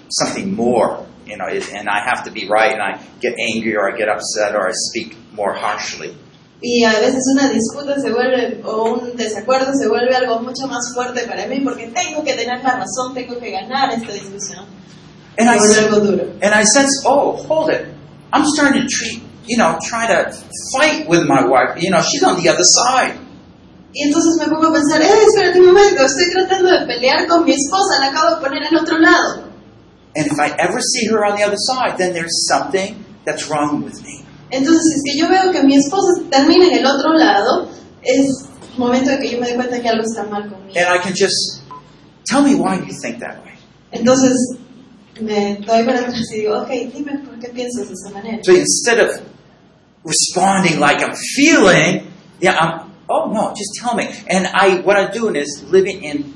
C: something more, you know, it, and I have to be right, and I get angry or I get upset or I speak more harshly.
D: Y a veces una disputa se vuelve, o un desacuerdo se vuelve algo mucho más fuerte para mí porque tengo que tener la razón, tengo que ganar esta discusión.
C: And I,
D: Se vuelve
C: s-
D: algo duro.
C: and I sense, oh, hold it. I'm starting to treat, you know, try to fight with my wife. You know, she's on the other side.
D: Y entonces me pongo a pensar, eh, espérate un momento, estoy tratando de pelear con mi esposa, la acabo de poner al otro lado.
C: And if I ever see her on the other side, then there's something that's wrong with me.
D: Entonces, si es que yo veo que mi esposa termina en el otro lado, es momento de que yo me dé cuenta que algo está mal conmigo.
C: And I can just tell me why you think that way.
D: Entonces, me doy para atrás y digo, ok, dime por qué piensas de esa manera.
C: So instead of responding like I'm feeling, yeah, I'm, oh no, just tell me. And I, what I'm doing is living in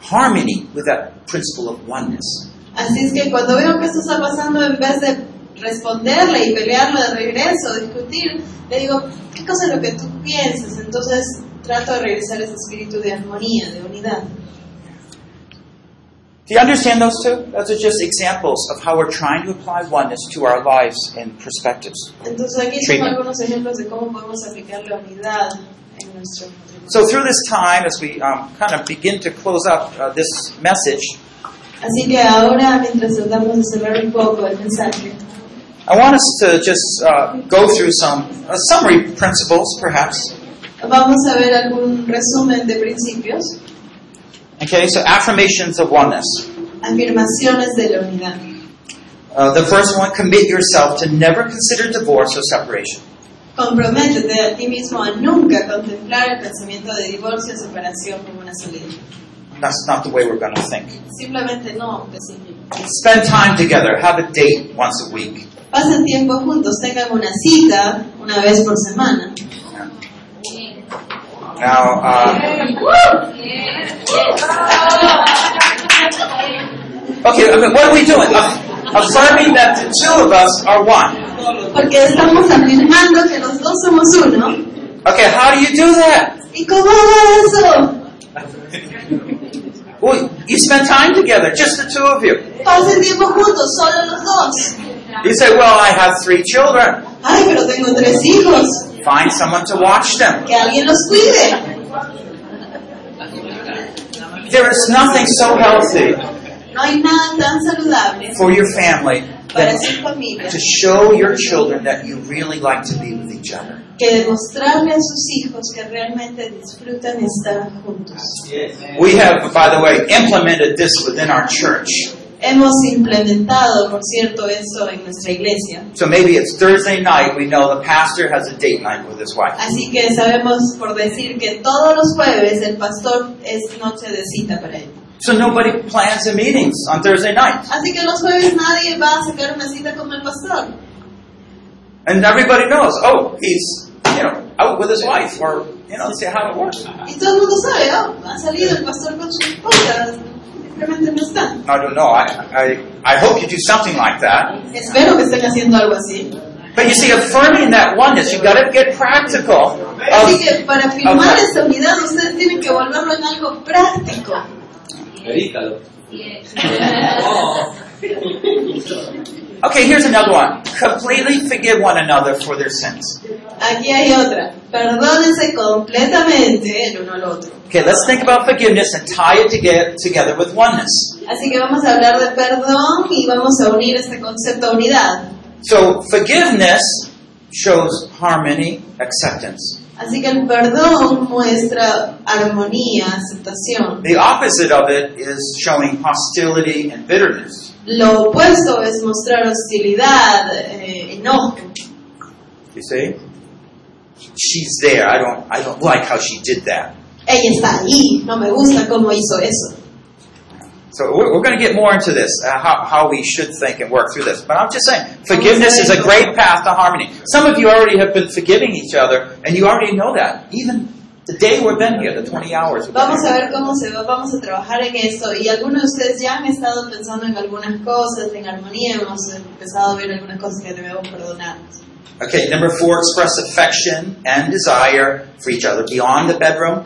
C: harmony with that principle of oneness.
D: Así es que cuando veo que esto está pasando, en vez de responderle y pelearlo de regreso, discutir, le digo, ¿qué cosa es lo que tú piensas? Entonces, trato de regresar ese espíritu de armonía, de unidad.
C: Do you understand those two? Those are just examples of how we're trying to apply oneness to our lives and perspectives.
D: Entonces aquí tengo
C: Treatment.
D: algunos ejemplos de cómo podemos aplicar la unidad en nuestro matrimonio.
C: So through this time, as we um, kind of begin to close up uh, this message,
D: Así que ahora, mientras tratamos de cerrar un poco el mensaje,
C: I want us to just uh, go through some uh, summary principles, perhaps.
D: vamos a ver algún resumen de principios,
C: Okay, so affirmations of oneness.
D: afirmaciones de la unidad.
C: Uh, the first one, commit yourself to never consider divorce or separation.
D: Comprométete a ti mismo a nunca contemplar el pensamiento de divorcio o separación como una salida.
C: That's not the way we're going to think.
D: Simplemente no decidir.
C: Spend time together. Have a date once a week.
D: Pasen tiempo juntos, tengan una cita una vez por semana.
C: Now, uh, okay, I mean, what are we doing? Uh, affirming that the two of us are one.
D: Porque estamos afirmando que los dos somos uno.
C: Okay, how do you do that?
D: ¿Y cómo hago eso?
C: Well, you spend time together, just the two of you.
D: Pasen tiempo juntos, solo los dos.
C: You say, well, I have three children.
D: Ay, pero tengo tres hijos.
C: Find someone to watch them.
D: Que alguien los cuide.
C: There is nothing so healthy
D: No hay nada tan saludable
C: for your family
D: para
C: than
D: su familia
C: to show your children that you really like to be with each other.
D: que demostrarle a sus hijos que realmente disfrutan estar juntos.
C: We have, by the way, implemented this within our church.
D: Hemos implementado, por cierto, eso en nuestra iglesia.
C: So maybe it's Thursday night, we know the pastor has a date night with his wife.
D: Así que sabemos por decir que todos los jueves el pastor es noche de cita para él.
C: So nobody plans the meetings on Thursday night.
D: Así que los jueves nadie va a sacar una cita con el pastor.
C: And everybody knows, oh, he's, you know, out with his wife, or, you know, see how it works.
D: Y todo el mundo sabe, oh, ha salido el pastor con su esposa, simplemente no está.
C: I don't know, I, I, I hope you do something like that.
D: Espero que estén haciendo algo así.
C: But you see, affirming that oneness, you've got to get practical.
D: Así
C: Of,
D: que para firmar esta unidad ustedes tienen que volverlo en algo práctico.
E: Edítalo.
C: okay, here's another one. Completely forgive one another for their sins.
D: Aquí hay otra. Perdónense completamente el uno al otro.
C: Okay, let's think about forgiveness and tie it toge- together with oneness.
D: Así que vamos a hablar de perdón y vamos a unir este concepto a unidad.
C: So, forgiveness shows harmony, acceptance.
D: Así que el perdón muestra armonía, aceptación.
C: The opposite of it is showing hostility and bitterness.
D: Lo opuesto es mostrar hostilidad, eh, enojo.
C: You see? She's there. I don't I don't like how she did that.
D: Ella está ahí, no me gusta cómo hizo eso.
C: So we're, we're going to get more into this, uh, how, how we should think and work through this. But I'm just saying, forgiveness is a great path to harmony. Some of you already have been forgiving each other, and you already know that. Even the day we've been here, the 20 hours. we've been
D: Vamos a
C: here.
D: ver cómo se va, vamos a trabajar en esto. Y algunos de ustedes ya han estado pensando en algunas cosas, en armonía, hemos empezado a ver algunas cosas que debemos perdonar.
C: Okay, number four, express affection and desire for each other beyond the bedroom.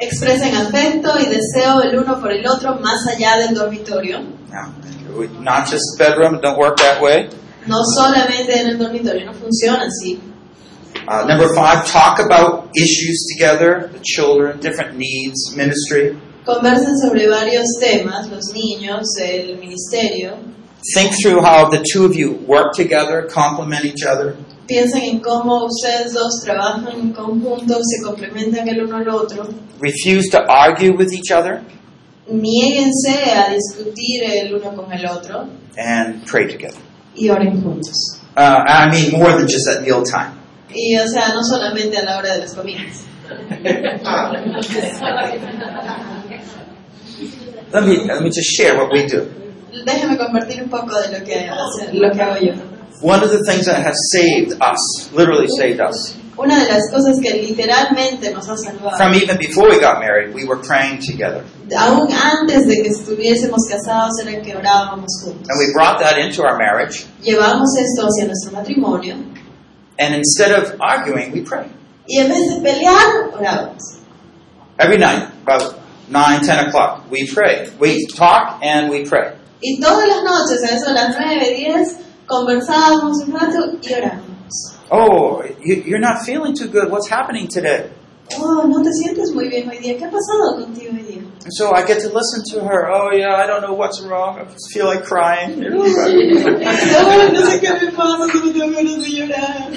D: Expresen afecto y deseo el uno por el otro más allá del dormitorio.
C: Now, we- not just bedroom, it don't work that way.
D: No solamente en el dormitorio, no funciona así.
C: Uh, number five, talk about issues together, the children, different needs, ministry.
D: Conversen sobre varios temas, los niños, el ministerio.
C: Think through how the two of you work together, complement each other.
D: Piensen en cómo ustedes dos trabajan en conjunto, se complementan el uno al otro.
C: Refuse to argue with each other
D: Niéguense a discutir el uno con el otro
C: and pray together.
D: y oren juntos.
C: Uh, I mean, more than just at meal time.
D: Y o sea, no solamente a la hora de las comidas.
C: Let me let me just share what we do.
D: Déjenme compartir un poco de lo que, hace- lo que hago yo.
C: One of the things that has saved us, literally saved us,
D: Una de las cosas que literalmente nos ha salvado,
C: from even before we got married, we were praying together,
D: aún antes de que estuviésemos casados, era que orábamos juntos.
C: and we brought that into our marriage.
D: Llevamos esto hacia nuestro matrimonio
C: And instead of arguing, we pray
D: y en vez de pelear, orábamos.
C: every night, about nine, ten o'clock. We pray. We talk and we pray.
D: Y todas las noches, a eso de las 9, 10, conversábamos un rato y orábamos.
C: Oh, you, you're not feeling too good. What's happening today?
D: Oh, no te sientes muy bien hoy día. ¿Qué ha pasado contigo hoy día?
C: And so I get to listen to her. Oh yeah, I don't know what's wrong. I just feel like crying.
D: No, no sé qué me pasa, que me tengo ganas de llorar.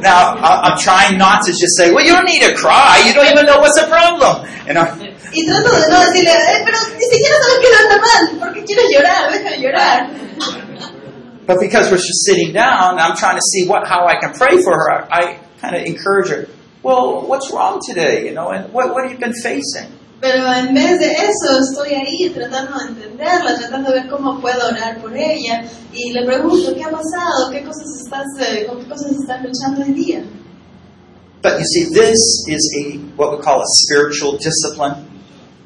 C: Now I, I'm trying not to just say, "Well, you don't need to cry. You don't even know what's the problem." And I,
D: Y trato de no decirle, eh, pero ni siquiera sabes que no está mal. ¿Por qué quieres llorar? Deja de llorar.
C: but because we're just sitting down, I'm trying to see what how I can pray for her. I, I kind of encourage her. Well, what's wrong today? You know, and what what have you been facing?
D: Pero en vez de eso, estoy ahí tratando de entenderla, tratando de ver cómo puedo orar por ella. Y le pregunto, ¿qué ha pasado? ¿Qué cosas estás, eh, ¿Con qué cosas estás luchando hoy día?
C: But you see, this is a what we call a spiritual discipline.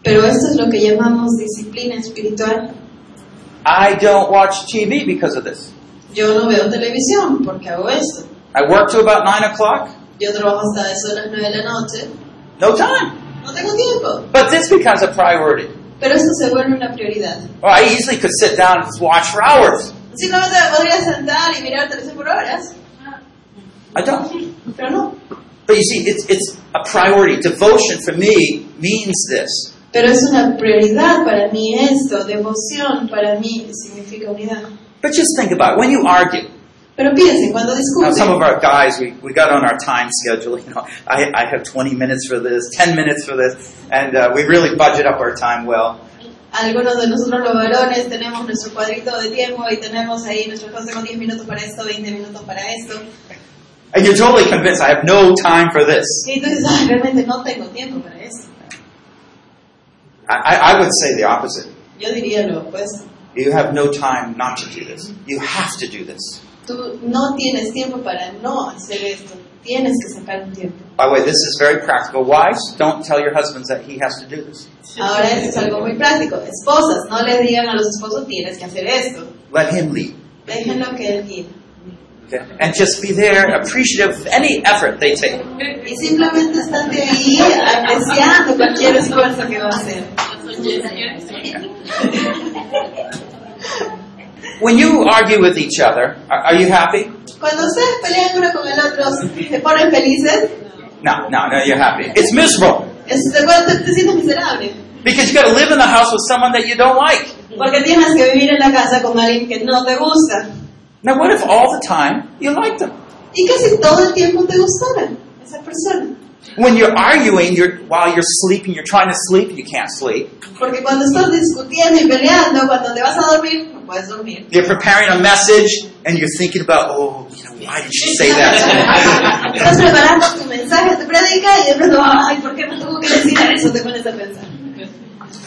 D: Pero esto es lo que llamamos disciplina espiritual.
C: I don't watch TV because of this.
D: Yo no veo televisión porque hago esto.
C: I work to about nine o'clock.
D: Yo trabajo hasta eso de las 9 de la noche.
C: No time.
D: No tengo tiempo.
C: But this becomes a priority.
D: Pero esto se vuelve una prioridad.
C: Or I easily could sit down and watch for hours.
D: Simplemente me podría sentar y mirar televisión por horas.
C: I don't.
D: Pero no.
C: But you see, it's, it's a priority. Devotion for me means this.
D: Pero es una prioridad para mí esto. Devoción para mí significa unidad.
C: But just think about it. When you argue,
D: Pero piensen, cuando
C: now some of
D: discuten,
C: our guys, we, we got on our time schedule. You know, I, I have 20 minutes for this, 10 minutes for this, and uh, we really budget up our time well.
D: algunos de nosotros los varones tenemos nuestro cuadrito de tiempo y tenemos ahí nuestras cosas con 10 minutos para esto, 20 minutos para esto.
C: And you're totally convinced I have no time for this.
D: Y tú dices, ay, realmente no tengo tiempo para eso.
C: I, I, I would say the opposite.
D: Yo diría lo opuesto.
C: You have no time not to do this. You have to do this.
D: Tú no tienes tiempo para no hacer esto. Tienes que sacar un tiempo.
C: By the way, this is very practical. Wives, don't tell your husbands that he has to do this.
D: Ahora esto es algo muy práctico. Esposas, no le digan a los esposos tienes que hacer esto.
C: Let him lead.
D: Déjenlo que él quiera.
C: Okay? And just be there, appreciative of any effort they take.
D: Y simplemente estate ahí apreciando cualquier esfuerzo que va a hacer.
C: When you argue with each other, are, are you happy?
D: Cuando ustedes pelean uno con el otro, se ponen felices,
C: No, no, no, you're happy. It's miserable.
D: es- te, pon- te- te sientes miserable.
C: Because you gotta live in the house with someone that you don't like.
D: Porque tienes que vivir en la casa con alguien que no te gusta.
C: Now what if all the time you liked them?
D: Y casi todo el tiempo te gustara esa persona.
C: When you're arguing, you're, while you're sleeping, you're trying to sleep, you can't sleep.
D: Porque cuando estás discutiendo y peleando, cuando te vas a dormir, no puedes dormir.
C: You're preparing a message, and you're thinking about, oh, you know, why did she say that to me?
D: Estás preparando tu mensaje, te predica y de pronto, ay, ¿por qué me tuvo que decir eso? Te pones a pensar.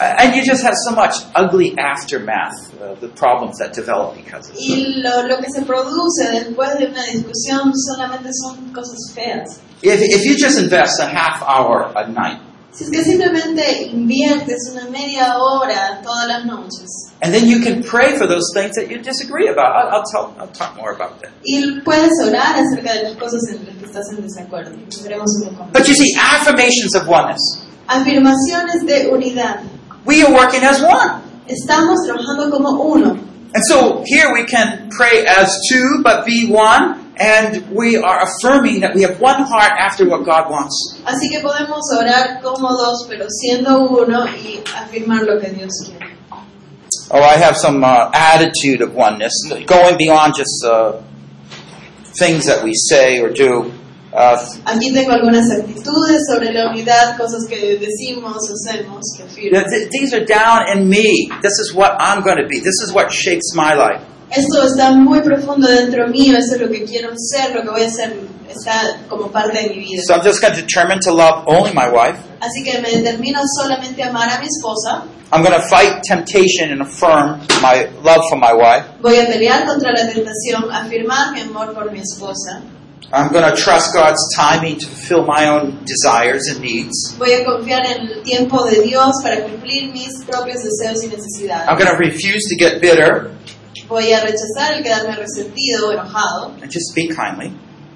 C: And you just have so much ugly aftermath of the problems that develop because of it.
D: Y lo, lo que se produce después de una discusión solamente son cosas feas.
C: If, if you just invest a half hour a night,
D: Si es que simplemente inviertes una media hora todas las noches
C: and then you can pray for those things that you disagree about. I'll, I'll, tell, I'll talk more about that.
D: y puedes orar acerca de las cosas en las que estás en desacuerdo. Veremos un poco. más.
C: But you see, affirmations of oneness.
D: Afirmaciones de unidad.
C: We are working as one.
D: Estamos trabajando como uno.
C: And so here we can pray as two, but be one, and we are affirming that we have one heart after what God wants.
D: Así que podemos orar como dos, pero siendo uno y afirmar lo que Dios quiere.
C: Oh, I have some uh, attitude of oneness, going beyond just uh, things that we say or do. Uh,
D: Aquí tengo algunas actitudes sobre la unidad, cosas que decimos, hacemos, que afirmo.
C: th- th- these are down in me. This is what I'm going to be. This is what shapes my life.
D: Esto está muy profundo dentro mío, eso es lo que quiero ser, lo que voy a hacer está como parte de mi vida.
C: So I'm just going to determine to love only my wife.
D: Así que me determino solamente a amar a mi esposa,
C: I'm going to fight temptation and affirm my love for my wife.
D: voy a pelear contra la tentación, afirmar mi amor por mi esposa,
C: I'm going to trust God's timing to fulfill my own desires and needs.
D: voy a confiar en el tiempo de Dios para cumplir mis propios deseos y necesidades.
C: I'm going to refuse to get bitter
D: Voy a rechazar el quedarme resentido o enojado
C: and just speak kindly.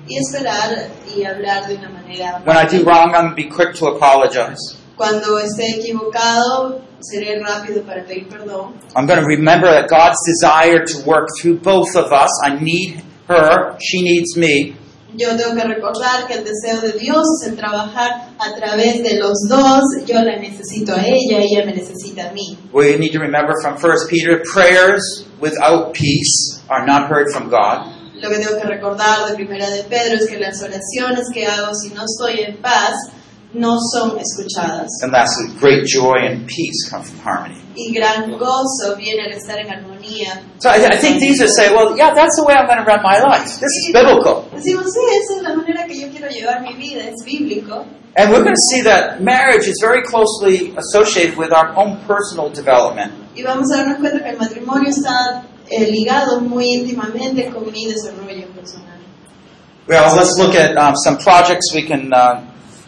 D: y esperar y hablar de una manera.
C: When I do wrong, I'm going to be quick to apologize.
D: Cuando esté equivocado, seré rápido para pedir perdón.
C: I'm going to remember that God's desire to work through both of us. I need her, she needs me.
D: Yo tengo que recordar que el deseo de Dios es el trabajar a través de los dos. Yo la necesito a ella, ella me necesita a mí.
C: We need to remember from 1 Peter prayers without peace are not heard from God.
D: Lo que tengo que recordar de primera de Pedro es que las oraciones que hago si no estoy en paz no son escuchadas.
C: And lastly, great joy and peace come from harmony.
D: Y gran gozo viene al estar en armonía.
C: So I, I think these are say, well, yeah, that's the way I'm going to run my life. This is biblical.
D: Decimos, sí, esa es la manera que yo quiero llevar mi vida, es bíblico.
C: And we're going to see that marriage is very closely associated with our own personal development.
D: Y vamos a darnos cuenta que el matrimonio está eh, ligado muy íntimamente con mi desarrollo personal.
C: Well, let's look at um, some projects we can uh,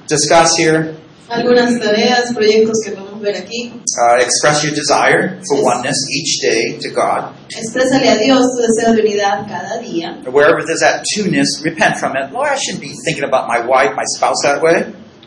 C: discuss here.
D: Algunas tareas, proyectos que podemos ver aquí.
C: Uh, express your desire for oneness each day to God.
D: Exprésale a Dios tu deseo de unidad cada día.
C: Wherever there's that two-ness, repent from it. Lord, I shouldn't be thinking about my wife, my spouse that way.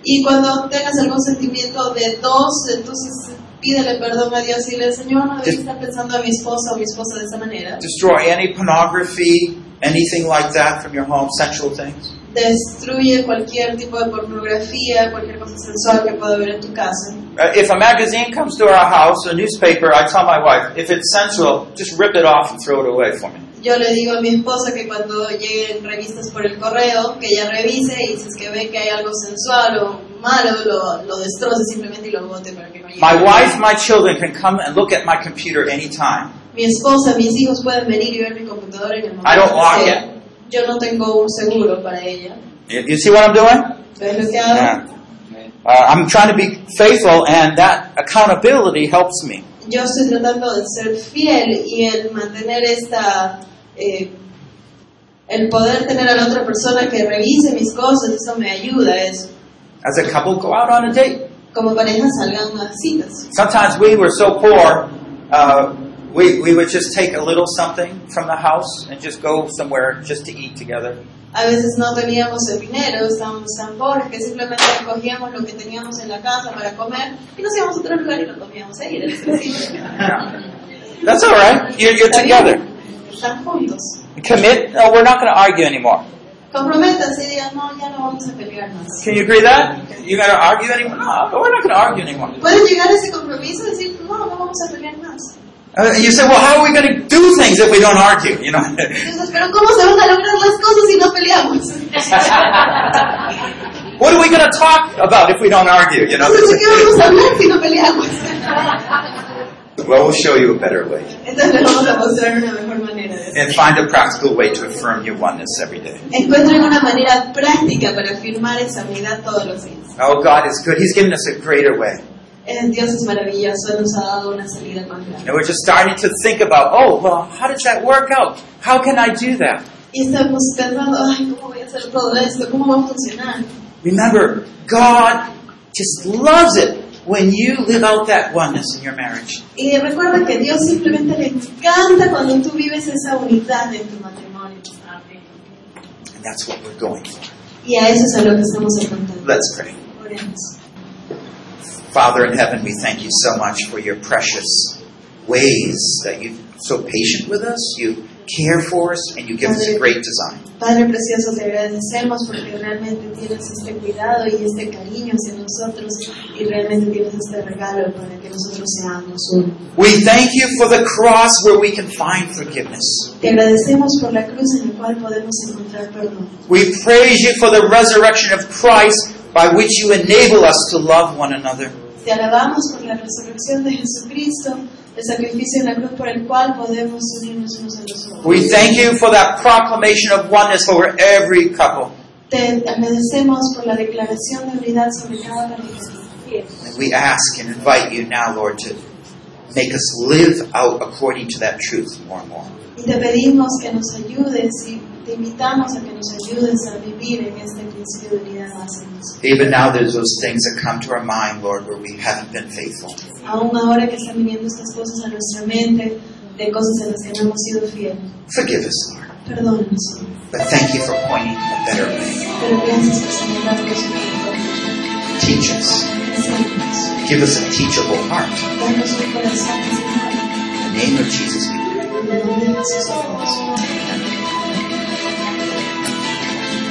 D: Y cuando tengas algún sentimiento de dos, entonces pídele perdón a Dios y dile, Señor, no debí estar pensando a mi esposa o mi esposa de esa manera.
C: Destroy any pornography, anything like that from your home, sexual things.
D: Destruye cualquier tipo de pornografía, cualquier cosa sensual que pueda haber en tu casa.
C: Uh, if a magazine comes to our house, a newspaper, I tell my wife, if it's sensual, just rip it off and throw it away for me.
D: Yo le digo a mi esposa que cuando lleguen revistas por el correo, que ella revise y si es que ve que hay algo sensual o malo, lo, lo destroce simplemente y lo bote para que no llegue.
C: My wife, my children can come and look at my computer anytime.
D: Mi esposa, mis hijos pueden venir y ver mi computadora en el momento
C: I don't lock
D: que sea. Yo no tengo un seguro para ella.
C: You you see what I'm doing?
D: ¿Ves lo que hago?
C: Uh, I'm trying to be faithful, and that accountability helps me.
D: Yo estoy tratando de ser fiel y el mantener esta... eh, el poder tener a la otra persona que revise mis cosas, eso me ayuda, es
C: As a couple, go out on a date.
D: como pareja salgan a citas.
C: Sometimes we were so poor, uh, we, we would just take a little something from the house and just go somewhere just to eat together.
D: A veces no teníamos el dinero, estábamos tan pobres que simplemente cogíamos lo que teníamos en la casa para comer y nos íbamos a otro lugar y lo comíamos ahí. Era así.
C: That's all right. You're, you're
D: Está
C: together.
D: bien, Están juntos.
C: Commit. No, we're not going to argue anymore.
D: Comprométanse y digan, no, ya no vamos a pelear más.
C: Can you agree that? You're going to argue anymore? No, we're not going to argue anymore.
D: Pueden llegar a ese compromiso y decir, no, no vamos a pelear más.
C: Uh, you say, well, how are we going to do things if we don't argue? You know.
D: Entonces, pero ¿cómo se van a lograr las cosas si no peleamos?
C: What are we going to talk about if we don't argue? You know,
D: Entonces, ¿de qué vamos a hablar si no peleamos?
C: well, we'll show you a better way
D: Entonces les vamos a mostrar una mejor manera de hacerlo.
C: and find a practical way to affirm your oneness every day.
D: Encuentren una manera práctica para afirmar esa unidad todos los días.
C: Oh, God is good. He's given us a greater way.
D: Eh, Dios es maravilloso, Él nos ha dado una salida más grande.
C: And we're just starting to think about, oh, well, how did that work out? How can I do that?
D: Y estamos pensando, ay, ¿cómo voy a hacer todo esto? ¿Cómo va a funcionar?
C: Remember, God just loves it when you live out that oneness in your marriage.
D: Y recuerda que Dios simplemente le encanta cuando tú vives esa unidad en tu matrimonio.
C: And that's what we're going for.
D: Y a eso es a lo que estamos apuntando.
C: Let's pray.
D: Oremos.
C: Father in heaven, we thank you so much for your precious ways that you're so patient with us, you care for us, and you give us a great design.
D: Padre precioso, te agradecemos porque realmente tienes este cuidado y este cariño hacia nosotros y realmente tienes este regalo para que nosotros seamos uno.
C: We thank you for the cross where we can find forgiveness.
D: Te agradecemos por la cruz en la cual podemos encontrar perdón.
C: We praise you for the resurrection of Christ by which you enable us to love one another.
D: Te alabamos por la resurrección de Jesucristo, el sacrificio en la cruz por el cual podemos unirnos unos a los otros.
C: We thank you for that proclamation of oneness over every couple.
D: Te agradecemos por la declaración de unidad sobre cada pareja.
C: And we ask and invite you now, Lord, to make us live out according to that truth more and more.
D: Y te pedimos que nos ayudes y te invitamos a que nos ayudes a vivir en este principio de unidad más en nosotros.
C: Even now, there's those things that come to our mind, Lord, where we haven't been faithful.
D: Aún ahora que están viniendo estas cosas a nuestra mente, de cosas en las que no hemos sido fieles.
C: Forgive us, Lord.
D: Perdónanos,
C: But thank you for pointing a better way.
D: pero gracias por señalarnos en tu
C: Teach us.
D: Enséñanos,
C: Give us a teachable heart.
D: danos un corazón
C: In the name of Jesus, we pray.
D: en el nombre de Jesús. oramos.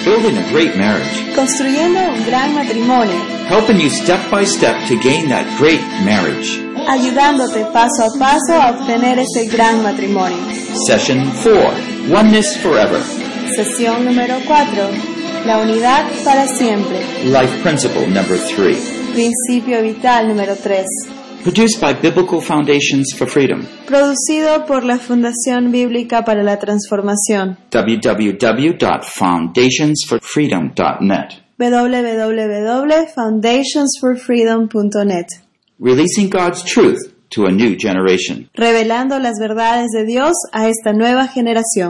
A: Building a great marriage.
B: Construyendo un gran matrimonio,
A: Helping you step by step to gain that great marriage.
B: ayudándote paso a paso a obtener ese gran matrimonio.
A: Session 4. Oneness Forever.
B: Sesión número 4. La unidad para siempre.
A: Life Principle Number 3.
B: Principio vital número 3.
A: Produced by Biblical Foundations for Freedom.
B: Producido por la Fundación Bíblica para la Transformación.
A: www.foundationsforfreedom.net.
B: www.foundationsforfreedom.net.
A: Releasing God's truth to a new generation.
B: Revelando las verdades de Dios a esta nueva generación.